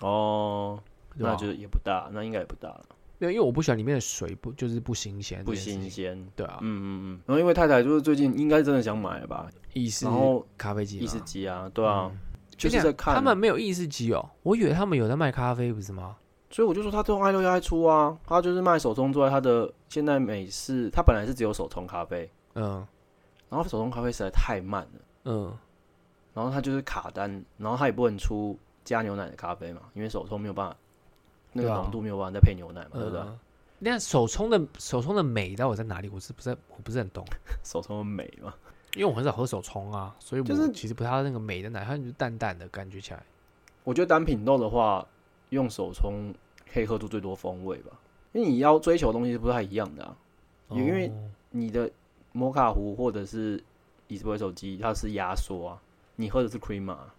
B: 哦，
A: 对啊吧
B: 那？就是也不大，那应该也不大了，
A: 没有，因为我不喜欢里面的水不就是不新鲜，
B: 不新，鲜。
A: 对啊，
B: 嗯嗯嗯。然后因为太太就是最近应该真的想买了吧，
A: 意式
B: 然后
A: 咖啡机嘛，
B: 意式机啊，对啊，
A: 嗯
B: 就
A: 这
B: 是
A: 样
B: 在看
A: 他们没有意式机哦，我以为他们有在卖咖啡，不是吗？
B: 所以我就说他最后爱六爱出啊，他就是卖手冲之外，他的现在美式，他本来是只有手冲咖啡，
A: 嗯
B: 然后手冲咖啡实在太慢了，
A: 嗯，
B: 然后他就是卡单，然后他也不能出加牛奶的咖啡嘛，因为手冲没有办法，那个
A: 对啊
B: 浓度没有办法再配牛奶嘛，对不对？
A: 嗯那手冲的手冲的美到底在哪里？我是不是我不是很懂？
B: 手冲很美嘛，
A: 因为我很少喝手冲啊，所以
B: 就
A: 我
B: 是
A: 其实不太知道那个美在哪，它就是淡淡的感觉起来。
B: 我觉得单品豆的话，用手冲可以喝出最多风味吧，因为你要追求的东西是不太一样的啊，因为
A: 哦
B: 你的摩卡壶或者是 espresso 机，它是压缩啊，你喝的是 cream 啊。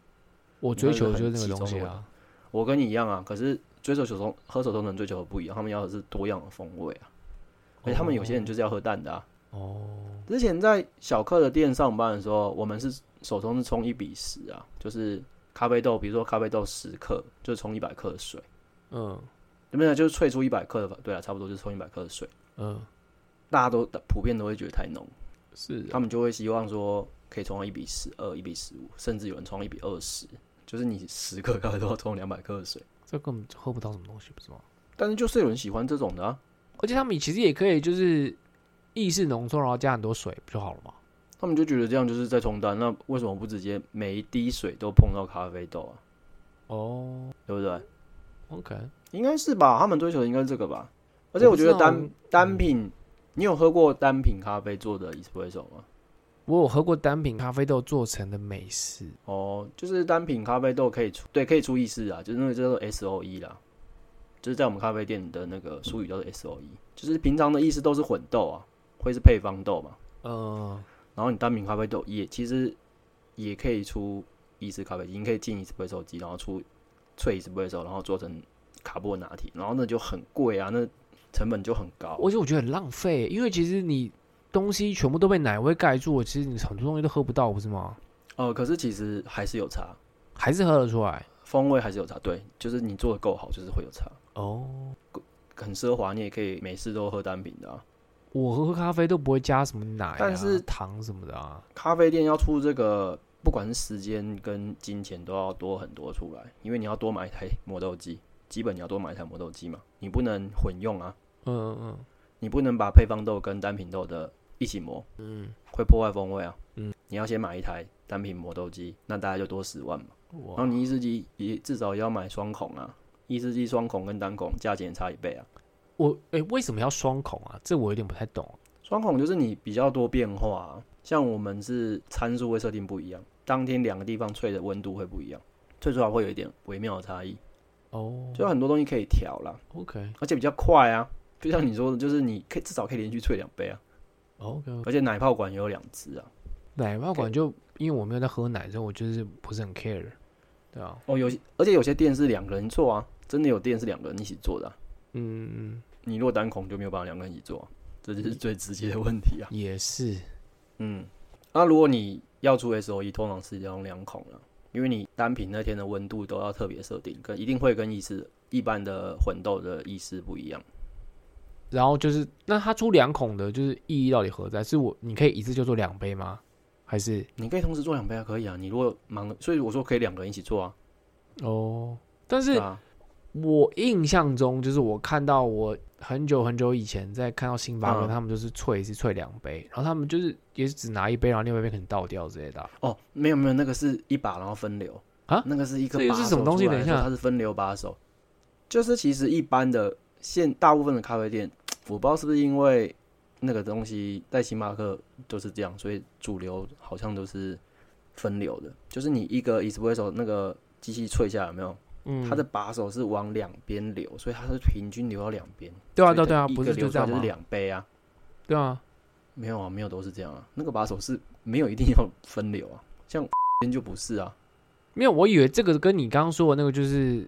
A: 我
B: 你
A: 追求
B: 喝的
A: 的
B: 很
A: 就是那
B: 集
A: 个东
B: 中的
A: 西
B: 味
A: 啊，
B: 我跟你一样啊，可是追求手冲喝手冲的人追求的不一样，他们要的是多样的风味啊。而且他们有些人就是要喝淡的啊。
A: 哦。
B: 之前在小客的店上班的时候，我们是手冲是冲一比十啊，就是咖啡豆，比如说咖啡豆十克，就是冲一百克的水，
A: 嗯
B: 对不对？就是萃出一百克的吧，对啊，差不多就是冲一百克的水。
A: 嗯，
B: 大家都普遍都会觉得太浓，
A: 是啊
B: 他们就会希望说可以冲到一比十二、一比十五，甚至有人冲一比二十，就是你十克咖啡豆要冲两百克的水。
A: 这根本就喝不到什么东西，不是吗？
B: 但是就是有人喜欢这种的啊。
A: 而且他们其实也可以就是意式浓缩，然后加很多水不就好了吗？
B: 他们就觉得这样就是在冲单，那为什么不直接每一滴水都碰到咖啡豆啊？
A: 哦
B: 对不对？
A: ，OK，
B: 应该是吧，他们追求的应该是这个吧。而且我觉得
A: 我不知道
B: 单单品，你有喝过单品咖啡做的 espresso 吗？
A: 我有喝过单品咖啡豆做成的美式，
B: 哦，就是单品咖啡豆可以出，对，可以出意式啊，就是那个叫做 S O E 啦，就是在我们咖啡店的那个术语叫做 S O E，就是平常的意式都是混豆啊，会是配方豆嘛，
A: 嗯，
B: 然后你单品咖啡豆也其实也可以出意式咖啡机，你可以进 espresso 机，然后出萃 espresso，然后做成卡布拿铁，然后那就很贵啊，那成本就很高。
A: 而且我觉得很浪费，因为其实你东西全部都被奶味盖住了，其实你很多东西都喝不到，不是吗？
B: 呃，可是其实还是有差，
A: 还是喝得出来
B: 风味还是有差。对，就是你做的够好，就是会有差。
A: 哦。
B: 很奢华，你也可以每次都喝单品的、啊。
A: 我喝咖啡都不会加什么奶、啊，
B: 但是
A: 糖什么的啊，
B: 咖啡店要出这个，不管是时间跟金钱都要多很多出来，因为你要多买一台磨豆机，基本你要多买一台磨豆机嘛，你不能混用啊。
A: 嗯嗯
B: 你不能把配方豆跟单品豆的一起磨，
A: 嗯
B: 会破坏风味啊。
A: 嗯，
B: 你要先买一台单品磨豆机，那大概就多十万嘛。
A: 嗯，
B: 然
A: 哇
B: 后你意式机也至少也要买双孔啊，意式机双孔跟单孔价钱也差一倍啊。
A: 我哎、为什么要双孔啊？这我有点不太懂。
B: 双孔就是你比较多变化啊、像我们是参数会设定不一样，当天两个地方萃的温度会不一样，萃出来会有一点微妙的差异，
A: 哦、
B: 就很多东西可以调啦，
A: o k
B: 而且比较快啊。就像你说的，就是你可以至少可以连续萃两杯啊，
A: OK，
B: 而且奶泡管也有两只啊。
A: 奶泡馆就因为我没有在喝奶，所以我就是不是很 care，对啊，
B: 哦，有些而且有些店是两个人做啊，真的有店是两个人一起做的啊、
A: 嗯，
B: 你如果单孔就没有办法两个人一起做啊、这就是最直接的问题啊。
A: 也是，
B: 嗯，那如果你要出 SOE，通常是要用两孔了，因为你单品那天的温度都要特别设定，跟一定会跟意式一般的混豆的意式不一样。
A: 然后就是那它出两孔的，就是意义到底何在？是我你可以一次就做两杯吗？还是
B: 你可以同时做两杯啊，可以啊。你如果忙，所以我说可以两个人一起做啊。
A: 哦？但是
B: 对啊，
A: 我印象中，就是我看到我很久很久以前在看到星巴克，
B: 嗯
A: 他们就是萃是萃两杯，然后他们就是也是只拿一杯，然后另外一杯可能倒掉之类的啊、
B: 哦，没有没有，那个是一把然后分流
A: 啊
B: 那个是一个
A: 这又
B: 把
A: 是
B: 手
A: 什么东西
B: 出来的时候
A: 等一下
B: 它是分流把手，就是其实一般的现大部分的咖啡店，我不知道是不是因为那个东西在星巴克就是这样，所以主流好像都是分流的，就是你一个 espresso 那个机器萃下来有没有？
A: 嗯，
B: 它的把手是往两边流，所以它是平均流到两边。
A: 对啊对
B: 所以
A: 啊对啊，
B: 等一
A: 不
B: 个
A: 是就
B: 流出
A: 这
B: 来
A: 样
B: 就是
A: 吗？
B: 两杯啊？
A: 对啊，
B: 没有啊，没有都是这样啊。那个把手是没有一定要分流啊，像 边就不是啊。
A: 没有，我以为这个跟你刚刚说的那个就是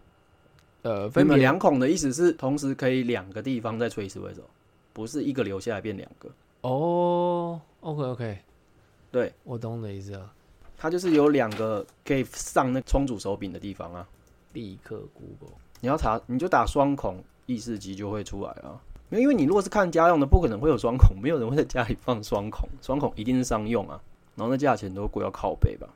A: 呃
B: 分
A: 分
B: 别
A: 别
B: 两孔的意思是同时可以两个地方在吹石为手，不是一个留下来变两个。
A: 哦，OK OK，
B: 对，
A: 我懂你的意思了，
B: 它就是有两个可以上那冲煮手柄的地方啊。
A: 立刻 Google，
B: 你要查，你就打双孔意式机就会出来啊。没有，因为你如果是看家用的，不可能会有双孔，没有人会在家里放双孔，双孔一定是商用啊。然后那价钱都贵到靠背吧？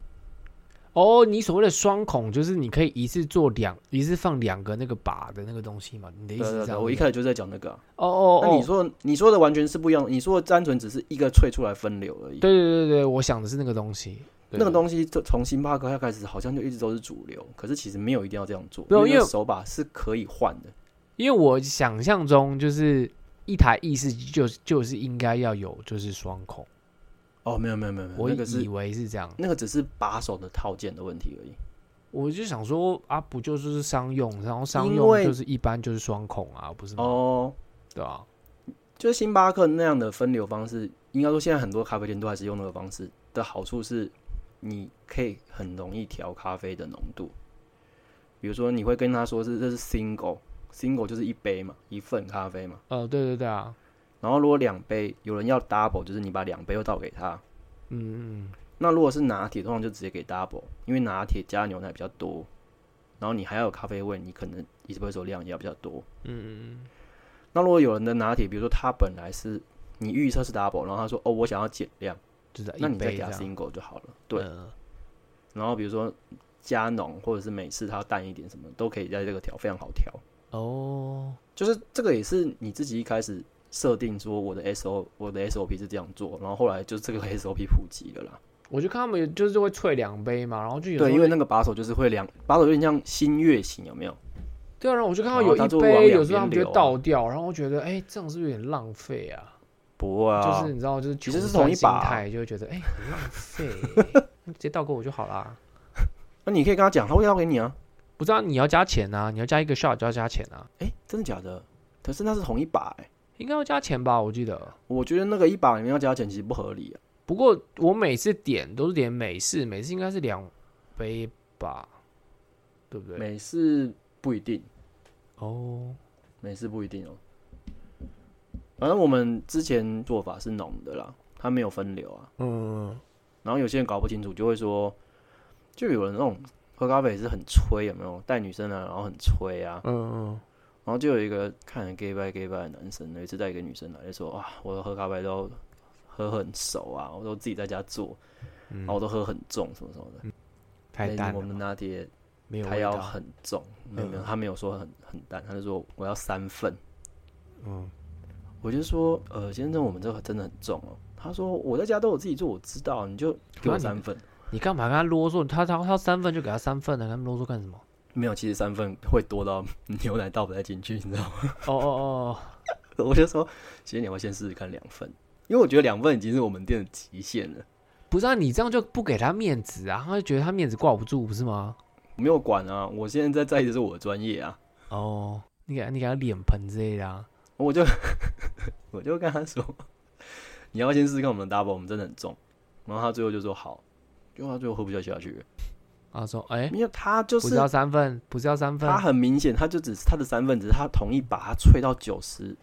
A: 哦，你所谓的双孔就是你可以一次做两，一次放两个那个把的那个东西嘛？你的
B: 对
A: 意思是
B: 对
A: 这
B: 对，
A: 样？
B: 我一开始就在讲那个、啊。
A: 哦哦哦，
B: 那你说你说的完全是不一样，你说的单纯只是一个萃出来分流而已。
A: 对对对对，我想的是那个东西，对
B: 那个东西就从星巴克开始，好像就一直都是主流，可是其实没有一定要这样做，
A: 没有哦因为
B: 那个手把是可以换的。
A: 因为我想象中就是一台意式机就就是应该要有就是双孔，
B: 哦，没有没有没有，没有
A: 我
B: 那个
A: 以
B: 是
A: 为是这样，
B: 那个只是把手的套件的问题而已。
A: 我就想说啊，不就是商用，然后商
B: 因
A: 用
B: 为
A: 就是一般就是双孔啊，不是吗？
B: 哦，
A: 对啊，
B: 就是星巴克那样的分流方式，应该说现在很多咖啡店都还是用那个方式。的好处是，你可以很容易调咖啡的浓度。比如说，你会跟他说是这是 single，single 就是一杯嘛，一份咖啡嘛。
A: 呃，对对对啊，
B: 然后如果两杯，有人要 double，就是你把两杯又倒给他。
A: 嗯嗯，
B: 那如果是拿铁，通常就直接给 double，因为拿铁加牛奶比较多，然后你还要有咖啡味，你可能 espresso 量也要比较多。嗯嗯那如果有人的拿铁，比如说他本来是你预测是 double，然后他说哦我想要减量，
A: 就是一
B: 那你再
A: 杯
B: 给
A: 这
B: 他
A: 样，
B: single 就好了。对，
A: 呃
B: 然后比如说加浓或者是美式，它要淡一点，什么都可以在这个调，非常好调。
A: 哦，
B: 就是这个也是你自己一开始设定说我的 SO 我的 SOP 是这样做，然后后来就这个 SOP 普及了啦。
A: 我就看他们就是会萃两杯嘛，然后就有时候
B: 对，因为那个把手就是会两把手有点像新月形，有没有？
A: 对啊，然后我就看到
B: 然
A: 有
B: 后
A: 一
B: 他哦就往
A: 杯，
B: 两
A: 有时候他
B: 边
A: 们就
B: 流
A: 会
B: 啊
A: 倒掉，然后我觉得哎，这样是不是有点浪费啊？
B: 不会啊，
A: 就是你知道，就是
B: 其实
A: 穷
B: 是同
A: 酸
B: 一
A: 心
B: 把
A: 态，就会觉得哎、很浪费， 直接倒给我就好啦。
B: 那你可以跟他讲，他会要给你啊。
A: 不知道你要加钱啊，你要加一个 shot 就要加钱啊，
B: 哎、真的假的？可是那是同一把、欸，
A: 应该要加钱吧？我记得。
B: 我觉得那个一把里面要加钱其实不合理啊。
A: 不过我每次点都是点美式，美式应该是两杯吧，对不对？
B: 美式不一定，
A: 哦，
B: 美式不一定哦。反正我们之前做法是浓的啦，它没有分流啊。
A: 嗯，
B: 然后有些人搞不清楚，就会说，就有人那种喝咖啡也是很吹，有没有？带女生啊，然后很吹啊，
A: 嗯
B: 然后就有一个看着 gay bye gay bye 的男生，有一次带一个女生来，就说啊，我喝咖啡都喝很熟啊，我都自己在家做，然后我都喝很重什么什么的。
A: 嗯太
B: 那
A: 淡
B: 我
A: 了
B: 们
A: 嘛，
B: 拿铁
A: 没有
B: 他
A: 味
B: 要
A: 道。
B: 很重，没有没有，他没有说很很淡，他就说我要三份。
A: 嗯，
B: 我就说呃，先生，我们这个真的很重哦。他说我在家都有自己做，我知道，你就给
A: 啊
B: 我
A: 你
B: 三份。
A: 你干嘛跟他啰嗦？他他他三份就给他三份呢、跟他啰嗦干什么？
B: 没有，其实三份会多到 牛奶倒不太进去，你知道吗？
A: 哦哦哦，
B: 我就说，其实你要不要先试试看两份，因为我觉得两份已经是我们店的极限了。
A: 不是啊，你这样就不给他面子啊，他就觉得他面子挂不住，不是吗？
B: 没有管啊，我现在在意的是我的专业啊，
A: 哦，你给他你给他脸盆之类的啊。
B: 我就 我就跟他说，你要先试试看我们的 double，我们真的很重。然后他最后就说好，就他最后喝不下下去了，
A: 然后说，哎、
B: 因为他就
A: 不
B: 是
A: 是要三份，不是要三份
B: 他，很明显，他就只是他的三分只是他同意把它吹到九十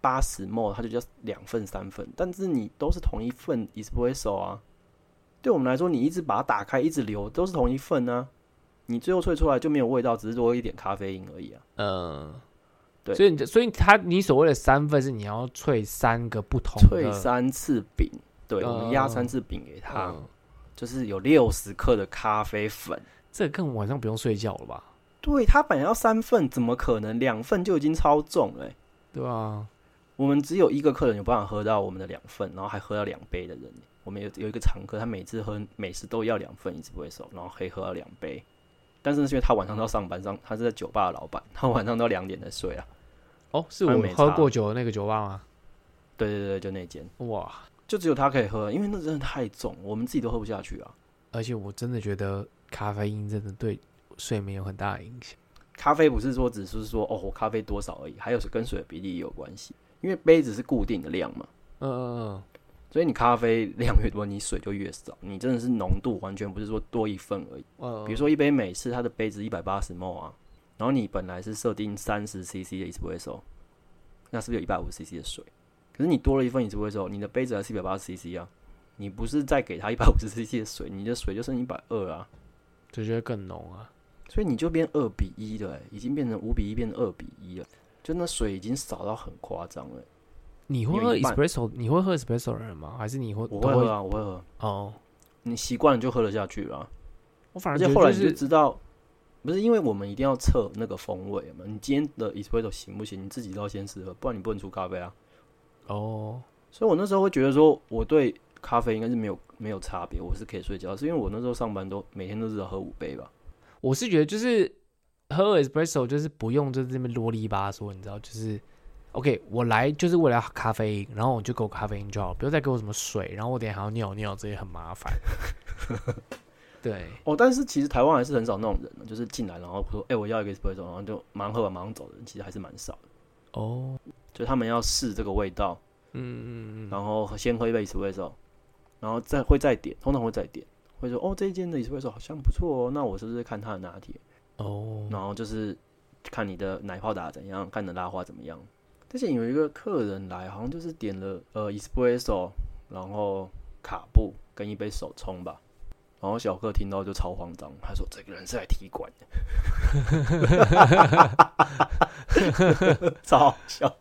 B: 八十 m 它就叫两份三份，但是你都是同一份 espresso 啊。对我们来说，你一直把它打开，一直留，都是同一份啊。你最后萃出来就没有味道，只是多一点咖啡因而已啊。
A: 嗯，
B: 对
A: 所以你这所以它你所谓的三份是你要萃三个不同的
B: 萃三次饼，对，我们压三次饼给它，
A: 嗯
B: 就是有六十克的咖啡粉。
A: 这更晚上不用睡觉了吧？
B: 对，它本来要三份，怎么可能两份就已经超重了欸、
A: 对啊，
B: 我们只有一个客人有办法喝到我们的两份，然后还喝到两杯的人。我们有有一个常客，他每次喝每次都要两份，一直不会收，然后可以喝到两杯。但是是因为他晚上都要上班，上他是在酒吧的老板，他晚上都两点才睡啊。
A: 哦，是
B: 他
A: 我
B: 们没
A: 喝
B: 差
A: 过酒的那个酒吧吗？
B: 对对对，就那间，
A: 哇，
B: 就只有他可以喝，因为那真的太重，我们自己都喝不下去啊。
A: 而且我真的觉得咖啡因真的对睡眠有很大的影响。
B: 咖啡不是说只是说哦，我咖啡多少而已，还有跟水的比例也有关系，因为杯子是固定的量嘛，
A: 嗯嗯
B: 所以你咖啡量越多，你水就越少，你真的是浓度完全不是说多一份而已。
A: 嗯，
B: 比如说一杯美式，它的杯子一百八十 ml 啊，然后你本来是设定三十 CC 的 espresso，那是不是有一百五 CC 的水？可是你多了一份 espresso，你的杯子还是一百八十 CC 啊，你不是再给它一百五十 CC 的水，你的水就剩一百二啊，
A: 这就会更浓啊。
B: 所以你就变二比一了欸、已经变成五比一变成二比一了，就那水已经少到很夸张了欸。
A: 你会
B: 有
A: 喝
B: 一半
A: espresso？你会喝 espresso 的人吗？还是你会？
B: 我
A: 都
B: 会喝啊，我会喝，
A: 哦。
B: 你习惯了就喝得下去了啊、
A: 我反而
B: 而
A: 觉
B: 且
A: 得
B: 后来
A: 就，
B: 你就是知道，不是因为我们一定要测那个风味嘛？你今天的 espresso 行不行？你自己都要先试喝，不然你不能出咖啡啊。
A: 哦，
B: 所以我那时候会觉得说，我对咖啡应该是没有没有差别，我是可以睡觉，是因为我那时候上班都每天都至少喝五杯吧。
A: 我是觉得就是喝 espresso 就是不用就是这边啰里吧嗦，你知道，就是 OK，我来就是为了咖啡因，然后我就给我咖啡因就好，不要再给我什么水，然后我等一下还要尿尿，这也很麻烦。对，
B: 哦，但是其实台湾还是很少那种人呢，就是进来然后说，哎、我要一个 espresso，然后就马上喝完马上走的人，其实还是蛮少的。
A: 哦，
B: 就他们要试这个味道，
A: 嗯嗯嗯，
B: 然后先喝一杯 espresso，然后再会再点，通常会再点，会说，哦，这一间的 espresso 好像不错哦，那我是不是看他的拿铁？
A: 哦，
B: 然后就是看你的奶泡打得怎样，看你的拉花怎么样。之前有一个客人来，好像就是点了呃 espresso，然后卡布跟一杯手冲吧。然后小客听到就超慌张，他说：“这个人是来踢馆的， 超好笑。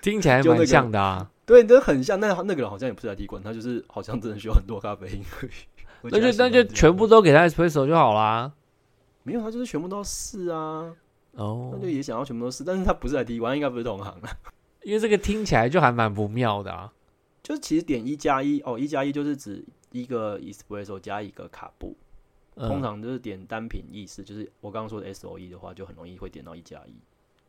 A: 听起来
B: 就那
A: 蛮
B: 个
A: 像的啊。”
B: 对，真的很像，但是他那个人好像也不是来踢馆，他就是好像真的需要很多咖啡因而已。我觉
A: 那就
B: 得他喜
A: 那
B: 欢
A: 就
B: 这样
A: 全部都给他 espresso 就好啦。
B: 没有，他就是全部都是啊，
A: 哦
B: 他就也想要全部都是，但是他不是来踢馆，应该不是同行啊。
A: 因为这个听起来就还蛮不妙的啊。
B: 就是其实点一加一哦，一加一就是指一个 espresso 加一个卡布，
A: 呃嗯
B: 通常就是点单品意式，就是我刚刚说的 S O E 的话，就很容易会点到一加一，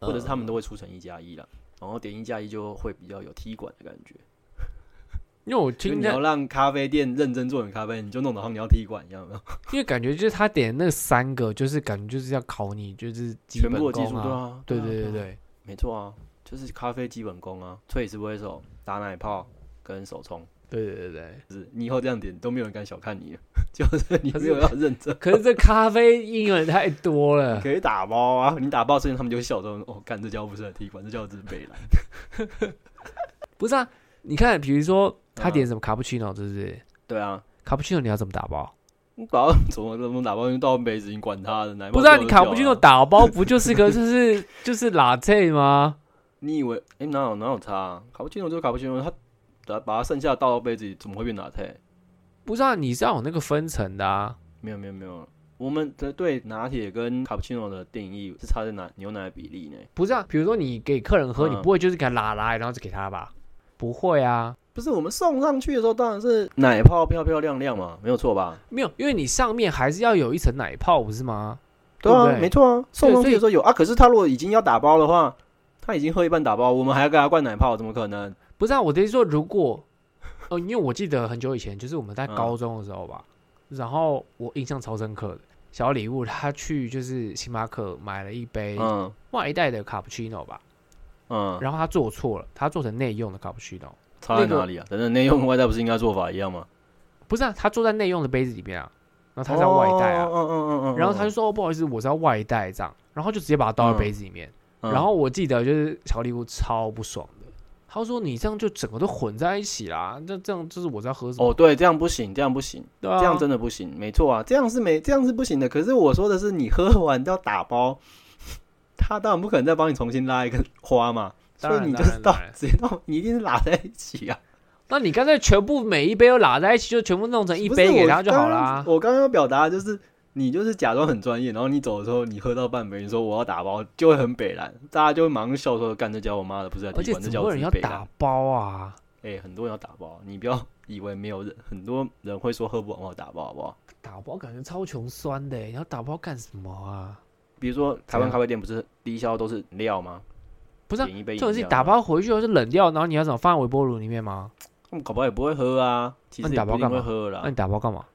B: 或者是他们
A: 都，
B: 都会出成一加一啦。然后点一加一就会比较有踢馆的感觉。
A: 因为我
B: 就是
A: 听
B: 你
A: 见
B: 要，让咖啡店认真做你咖啡，你就弄得好像你要踢馆一样，有没有
A: 因为感觉就是他点那三个，就是感觉就是要考你，就是基
B: 全
A: 本
B: 部的技术
A: 功
B: 对
A: 啊。
B: 啊，
A: 对
B: 啊
A: 对对
B: 啊
A: 对，
B: 没错啊，就是咖啡基本功啊，萃 espresso、打奶泡跟手冲，
A: 对对对对。
B: 就是你以后这样点都没有人敢小看你了， 就是你
A: 可是
B: 没有要认 真。
A: 可是这咖啡因有点太多 了，
B: 可以打包啊！你打包，所以他们就会笑说：“哦，干这家伙不是在踢馆，这家伙只是北 蓝。
A: 不是啊？你看，比如说他
B: 嗯
A: 点什么卡布奇诺，是不是？”
B: 对啊，
A: 卡布奇诺你要怎么打包？
B: 你打包怎么怎么打包？用倒杯子，你管他的，奶泡
A: 不是啊，
B: 做
A: 你
B: 得
A: 卡
B: 久
A: 布
B: 啊
A: 奇诺，打包不就是个就是就是拉 a 吗？
B: 你以为哎、哪有哪有差、啊？卡布奇诺就是卡布奇诺，他把把它剩下的倒到杯子里，怎么会变拿铁？
A: 不是啊，你是要有那个分层的啊。
B: 没有没有没有，我们的对拿铁跟卡布奇诺的定义是差在哪牛奶的比例呢？
A: 不是啊，比如说你给客人喝，
B: 嗯
A: 你不会就是给他拉拉，然后就给他吧？不会啊，
B: 不是我们送上去的时候，当然是奶泡漂漂亮亮嘛，没有错吧？
A: 没有，因为你上面还是要有一层奶泡，不是吗？
B: 对啊，
A: 对不对
B: 没错啊，送上去
A: 所以
B: 的时候有啊，可是他如果已经要打包的话，他已经喝一半打包，我们还要给他灌奶泡，怎么可能？
A: 不是啊，我的意思说，如 果哦，因为我记得很久以前，就是我们在
B: 嗯
A: 高中的时候吧，然后我印象超深刻的小礼物，他去就是星巴克买了一杯
B: 嗯
A: 外带的卡布奇诺吧，
B: 嗯，
A: 然后他做错了，他做成内用的卡布奇诺，
B: 差在哪里啊？等等，内用跟外带不是应该做法一样吗？
A: 不是啊，他做在内用的杯子里面啊，然后他是要外带啊
B: 哦，嗯嗯嗯嗯嗯，
A: 然后他就说哦，不好意思，我是要外带这样，然后就直接把它倒到
B: 嗯
A: 杯子里面。
B: 嗯
A: 然后我记得就是小礼物超不爽的，他说你这样就整个都混在一起啦，那这样就是我在喝什么？
B: 哦，对，这样不行，这样不行，
A: 对啊，
B: 这样真的不行，没错啊，这样是没这样是不行的。可是我说的是，你喝完要打包， 他当然不可能再帮你重新拉一个花嘛，
A: 当
B: 所
A: 然
B: 以你就是
A: 当然
B: 到
A: 当然
B: 直接到你一定是拉在一起啊，
A: 那你干脆全部每一杯都拉在一起，就全部弄成一
B: 不是
A: 杯给
B: 我
A: 他就好啊
B: 刚刚
A: 啦。
B: 我刚刚要表达的就是。你就是假装很专业，然后你走的时候，你喝到半杯，你说我要打包，就会很北蓝，大家就会马上笑说：“干这叫我妈的，不是在
A: 而且
B: 踢馆，这
A: 怎么
B: 叫
A: 会有
B: 我
A: 人
B: 自己
A: 要
B: 北蓝。
A: 打包啊？
B: 哎、很多人要打包，你不要以为没有人，很多人会说喝不完我打包，好不好？
A: 打包感觉超穷酸的欸，你要打包干什么啊？
B: 比如说台
A: 怎
B: 湾
A: 样
B: 咖啡店不是低消都是饮料吗？
A: 不是啊
B: 点一杯饮
A: 这
B: 料
A: 种是打包回去后是冷掉，然后你要怎么放在微波炉里面吗？
B: 他们搞不好也不会喝啊，其
A: 那
B: 实
A: 你
B: 也
A: 打包
B: 不一定
A: 干嘛
B: 会喝啦
A: 那。你打包干嘛？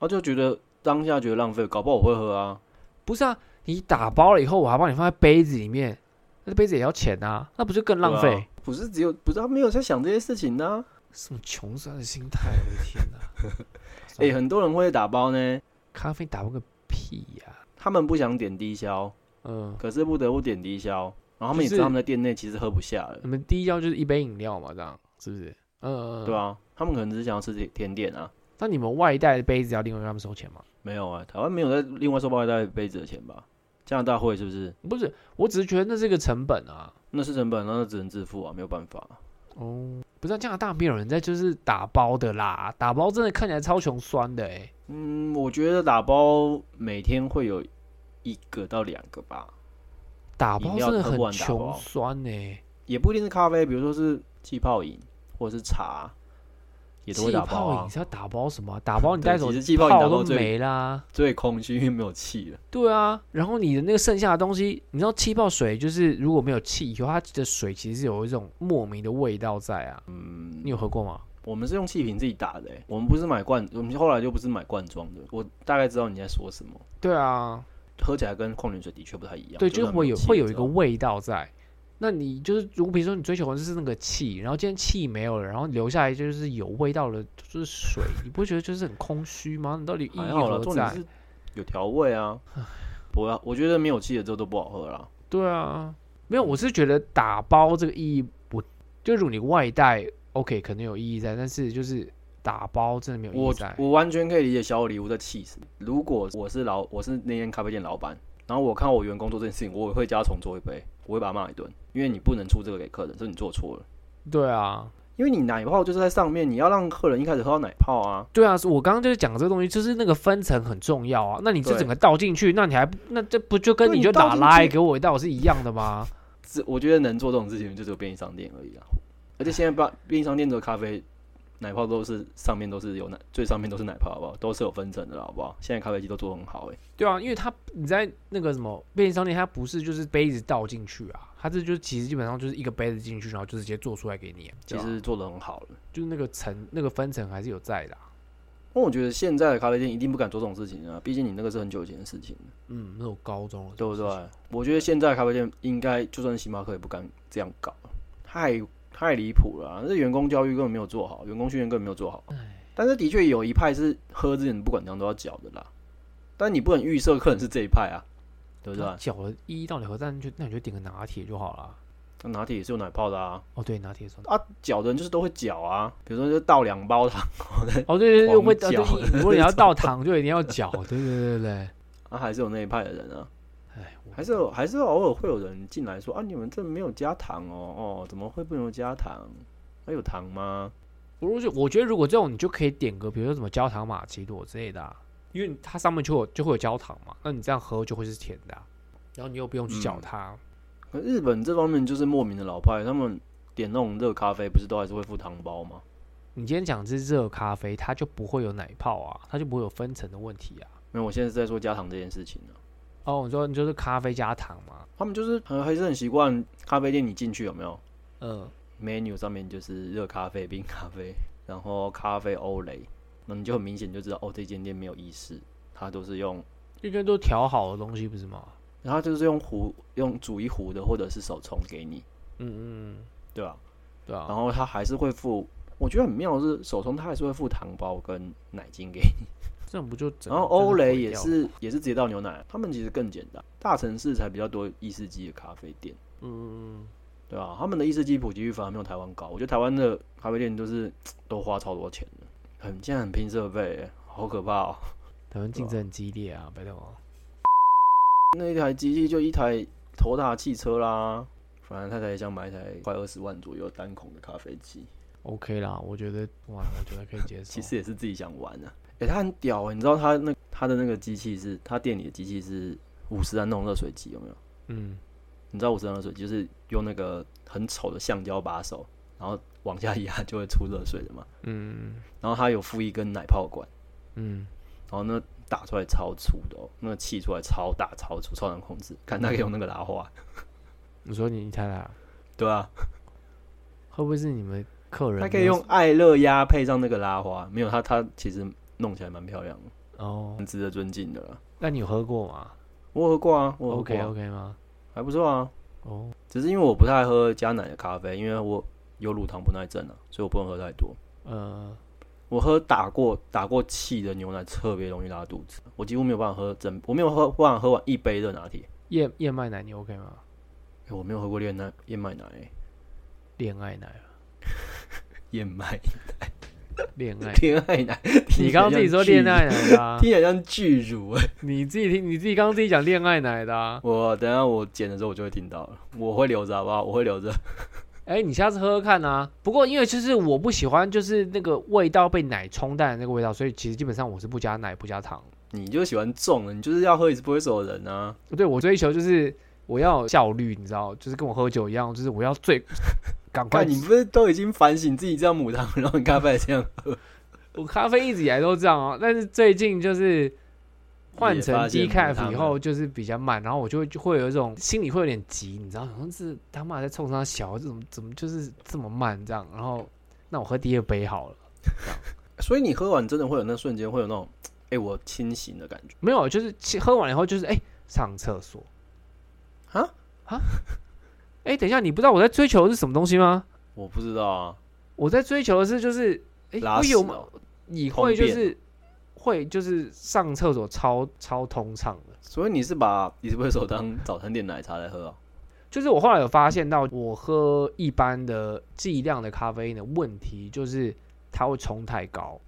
B: 我就觉得当下觉得浪费，搞不好我会喝啊。
A: 不是啊，你打包了以后，我还帮你放在杯子里面，那杯子也要钱啊，那不就更浪
B: 对
A: 费？
B: 啊不是只有不是他没有在想这些事情啊呢、
A: 什么穷酸的心态，啊我的天哪！ 算
B: 哎、
A: 了
B: 很多人会打包呢，
A: 咖啡打包个屁呀、
B: 他们不想点低消，
A: 嗯，
B: 可是不得不点低消，然后他们也
A: 就是嗯
B: 知道他们在店内其实喝不下了
A: 你，们第一要就是一杯饮料嘛，这样是不是？嗯嗯，嗯
B: 对。啊，他们可能只是想要吃甜甜点啊。
A: 那你们外带的杯子要另外跟他们收钱吗？
B: 没有啊，台湾没有在另外收包外带杯子的钱吧？加拿大会是不是？
A: 不是，我只是觉得那是一个成本啊。
B: 那是成本，那只能自付啊，没有办法。
A: 哦，不是、啊、加拿大没有人在就是打包的啦，打包真的看起来超穷酸的哎、
B: 嗯，我觉得打包每天会有一个到两个吧，
A: 打包真的
B: 饮料喝
A: 很
B: 不完打包
A: 穷酸欸呢、
B: 也不一定是咖啡，比如说是气泡饮或者是茶，也都
A: 气
B: 会打包
A: 泡
B: 啊
A: 饮。是要打包什么 啊、打包你
B: 对
A: 带走
B: 其实气泡饮打包
A: 都
B: 最
A: 没啦。
B: 最空虚，因为没有气了。
A: 对啊，然后你的那个剩下的东西，你知道气泡水就是如果没有气以后，它的水其实是有一种莫名的味道在啊。
B: 嗯，
A: 你有喝过吗？
B: 我们是用气瓶自己打的、欸，我们不是买罐，我们后来就不是买罐装的。我大概知道你在说什么，
A: 对啊，
B: 喝起来跟矿泉水的确不太一样。
A: 对，就
B: 就
A: 是
B: 算
A: 会
B: 没
A: 有
B: 气
A: 会
B: 的
A: 有一
B: 时
A: 个
B: 候
A: 味道在。那你就是，如果比如说你追求的是那个气，然后今天气没有了，然后留下来就是有味道了，就是水，你不会觉得就是很空虚吗？你到底意义
B: 还好啦，
A: 何
B: 重点
A: 在
B: 是？有调味啊。不要，我觉得没有气的之后都不好喝啦。
A: 对啊，没有，我是觉得打包这个意义不，就如果你外带，OK，可能有意义在，但是就是打包真的没有意义
B: 我
A: 在。
B: 我完全可以理解小礼物的气势。如果我是老我是那间咖啡店老板，然后我看我员工做这件事情，我也会叫他重做一杯，我会把他骂一顿，因为你不能出这个给客人，是你做错了。
A: 对啊，
B: 因为你奶泡就是在上面，你要让客人一开始喝到奶泡啊。
A: 对啊，是我刚刚就是讲这个东西，就是那个分层很重要啊。那你这
B: 对
A: 整个倒进去，那你还不那这不就跟
B: 对
A: 你
B: 你
A: 就
B: 倒
A: 打
B: 进
A: 拉
B: 去
A: 给我一道是一样的吗？
B: 这我觉得能做这种事情就只有便利商店而已啊。而且现在把便利商店的咖啡奶泡都是上面都是有奶，最上面都是奶泡，好不好？都是有分层的了，好不好？现在咖啡机都做得很好、欸，
A: 对啊，因为它你在那个什么便利商店，它不是就是杯子倒进去啊，它这就是其实基本上就是一个杯子进去，然后就直接做出来给你。
B: 其
A: 对啊
B: 实做得很好了。
A: 就是那个层那个分层还是有在的啊、
B: 那我觉得现在的咖啡店一定不敢做这种事情啊，毕竟你那个是很久以前的事情了。
A: 嗯，那种高中的
B: 对不
A: 事
B: 对啊
A: 情？？
B: 我觉得现在咖啡店应该，就算是星巴克也不敢这样搞，太太离谱了啊、这员工教育根本没有做好，员工训练根本没有做好。但是的确有一派是喝之前不管怎样都要缴的啦，但你不能预设客人是这一派啊，对不对
A: 那？搅了一到两盒蛋，就那你就点个拿铁就好了。
B: 那拿铁也是有奶泡的啊，
A: 哦，对，拿铁 酸。
B: 啊，搅的人就是都会搅啊，比如说就倒两包糖，
A: 哦，对对对，
B: 狂
A: 会倒。
B: 搅
A: 对如果你要倒糖，就一定要搅。对对对对对。
B: 啊，还是有那一派的人啊，
A: 哎，我
B: 还是有还是偶尔会有人进来说啊，你们这没有加糖哦，哦，怎么会不能加糖？还、有糖吗？
A: 我如果我觉得如果这种你就可以点个，比如说什么焦糖玛奇朵之类的、啊，因为它上面就有就会有焦糖嘛，那你这样喝就会是甜的啊、然后你又不用去搅
B: 嗯
A: 它。
B: 可日本这方面就是莫名的老派，他们点那种热咖啡，不是都还是会附糖包吗？
A: 你今天讲的是热咖啡，它就不会有奶泡啊，它就不会有分层的问题啊。
B: 没有，我现在是在说加糖这件事情呢、
A: 哦，你说你就是咖啡加糖嘛？
B: 他们就是很还是很习惯咖啡店，你进去有没有
A: 嗯，
B: menu 上面就是热咖啡、冰咖啡，然后咖啡欧蕾，那你就很明显就知道哦，这间店没有意式，它都是用
A: 应该都调好的东西不是吗？
B: 它就是用壶用煮一壶的，或者是手冲给你，
A: 嗯嗯，嗯
B: 对吧、
A: 对啊。
B: 然后它还是会附，我觉得很妙的是手冲它还是会附糖包跟奶精给你
A: 这样不就整
B: 然后
A: 个真的
B: 欧蕾
A: 毁
B: 也
A: 掉嗯了，
B: 是也是直接倒牛奶，他们其实更简单。大城市才比较多意式机的咖啡店，
A: 嗯，
B: 对啊，他们的意式基普及预防没有台湾高，我觉得台湾的咖啡店都是都花超多钱的，很现在很拼设备欸，好可怕哦、
A: 台湾竞争很激烈啊，拜托。
B: 那一台机器就一台头大汽车啦，反正他才想买一台快二十万左右单孔的咖啡机，
A: OK 啦，我觉得哇，我觉得可以接受。
B: 其实也是自己想玩啊。哎、他很屌、欸，你知道他那他的那个机器是他店里的机器是五十安那种热水机有没有？
A: 嗯，
B: 你知道五十安热水机就是用那个很丑的橡胶把手，然后往下一压就会出热水的嘛。
A: 嗯
B: 然后它有附一根奶泡管，
A: 嗯，
B: 然后那打出来超粗的哦，那个气出来超大超粗，超难控制。看他可以用那个拉花，
A: 你说你你太太啊
B: 对啊，
A: 会不会是你们客人没有？
B: 他可以用艾乐压配上那个拉花，没有他他其实弄起来蛮漂亮的，
A: 哦
B: 很。值得尊敬的啦。
A: 那你有喝过吗
B: 我喝过啊，我喝过
A: ？OK
B: 啊
A: OK 吗？
B: 还不错啊，
A: 哦，
B: 只是因为我不太喝加奶的咖啡，因为我有乳糖不耐症啊，所以我不能喝太多。
A: 呃，
B: 我喝打过打过气的牛奶特别容易拉肚子，我几乎没有办法喝整，我没有喝办法喝完一杯热拿铁。
A: 燕燕麦奶你 OK 吗？
B: 欸我没有喝过燕奶燕麦奶、欸
A: 恋爱奶啊，
B: 燕 麦。
A: 恋爱
B: 恋爱奶，
A: 你刚刚自己说恋爱奶的、啊，
B: 听起来像巨乳。 欸
A: 你自己听，你自己刚刚自己讲恋爱奶的、啊。
B: 我等一下我剪的时候我就会听到了，我会留着好不好？我会留着。
A: 哎、你下次喝喝看啊。不过因为就是我不喜欢就是那个味道被奶冲淡的那个味道，所以其实基本上我是不加奶不加糖。
B: 你就喜欢重的，你就是要喝 espresso 的人啊。
A: 对我追求就是我要有效率，你知道，就是跟我喝酒一样，就是我要最 赶快
B: 看你不是都已经反省自己这样母汤，然后你咖啡还这样 喝，
A: 我咖啡一直以来都这样啊，但是最近就是换成
B: 也发现
A: decaf 以
B: 母汤
A: 后
B: 了
A: 就是比较慢，然后我就会就会有一种心里会有点急，你知道，好像是他妈在冲他小，这怎么怎么就是这么慢这样？然后那我喝第二杯好了，
B: 所以你喝完真的会有那瞬间会有那种，哎、我清醒的感觉。
A: 没有，就是其喝完以后就是哎、上厕所
B: 啊
A: 啊，哎、等一下，你不知道我在追求的是什么东西吗？
B: 我不知道啊，
A: 我在追求的是就是哎、
B: 拉
A: 会
B: 屎
A: 有吗？
B: 哦、
A: 你
B: 通
A: 会就
B: 便
A: 是会就是上厕所超超通畅的。
B: 所以你是把 espresso 当早餐店奶茶来喝啊？
A: 就是我后来有发现到，我喝一般的剂量的咖啡因的问题，就是它会冲太高，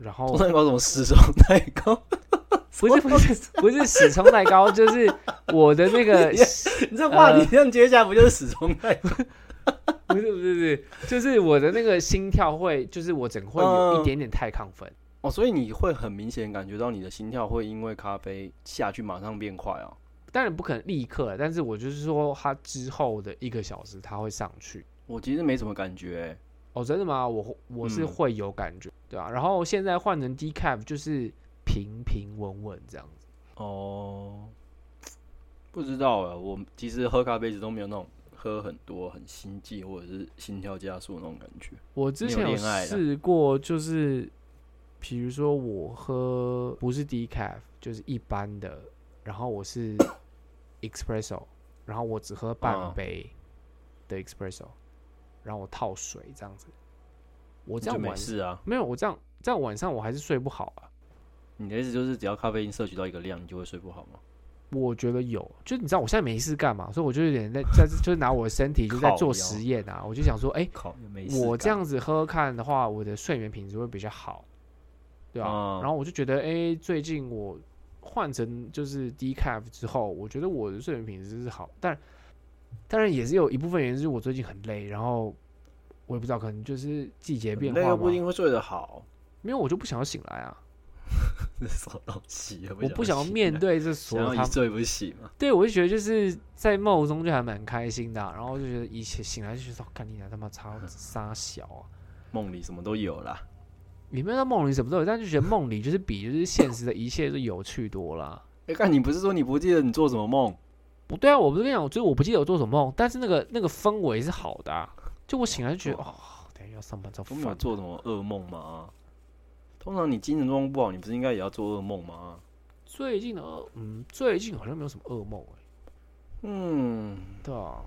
A: 然后
B: 中山高什么时钟太高？
A: 不是不是不是屎 冲太高，就是我的那 个
B: 你这话题这样接下来不就是始终太高？
A: 不是不是不是，就是我的那个心跳会，就是我整个会有一
B: 嗯
A: 点点太亢奋。
B: 哦，所以你会很明显感觉到你的心跳会因为咖啡下去马上变快哦。
A: 当然不可能立刻，但是我就是说，它之后的一个小时它会上去。
B: 我其实没什么感觉、欸，
A: 哦，真的吗？我我是
B: 嗯
A: 会有感觉，对啊。然后现在换成 decaf 就是平平稳稳这样子。
B: 哦，不知道啊，我其实喝咖啡一直都没有那种喝很多很心悸或者是心跳加速的那种感觉。
A: 我之
B: 没有
A: 前有
B: 恋爱的
A: 试过，就是比如说我喝不是 decaf，就是一般的，然后我 是 espresso，然后我只喝半
B: 嗯
A: 杯的 espresso，、然后我套水这样子。我这
B: 就
A: 样
B: 没
A: 晚
B: 事啊，
A: 没有，我这样这样晚上我还是睡不好啊。
B: 你的意思就是只要咖啡因摄取到一个量，你就会睡不好吗？
A: 我觉得有，就你知道我现在没事干嘛，所以我就有点在在就是拿我的身体就在做
B: 靠腰
A: 实验啊，我就想说，哎、
B: 靠，没
A: 我这样子喝看的话，我的睡眠品质会比较好，对吧、
B: 嗯
A: 然后我就觉得，哎、最近我换成就是 decaf 之后，我觉得我的睡眠品质是好，但当然也是有一部分原因是我最近很累，然后我也不知道，可能就是季节变
B: 那
A: 化
B: 又不
A: 嘛
B: 一，定会睡得好，
A: 没有我就不想要醒来啊，
B: 这是什么东 西啊？
A: 我不想要
B: 醒
A: 面
B: 来，
A: 对这所
B: 想
A: 有
B: 要
A: 他
B: 一睡不醒嘛？
A: 对，我就觉得就是在梦中就还蛮开心的啊、然后就觉得一切醒来就觉得，哦干你娘他妈超傻小啊！
B: 梦里什么都有啦。
A: 也没有到梦里什么都有，但就觉得梦里就是比就是现实的一切都有趣多啦。
B: 哎、看你不是说你不记得你做什么梦？
A: 不对啊，我不是跟你讲，就是我不记得有做什么梦，但是那个那个氛围是好的啊、就我醒来就觉得哦，等一下要上班超
B: 都
A: 烦
B: 没有
A: 的。
B: 做什么噩梦吗？通常你精神状况不好，你不是应该也要做噩梦吗？
A: 最近的噩嗯，最近好像没有什么噩梦哎、
B: 嗯，
A: 欸对啊，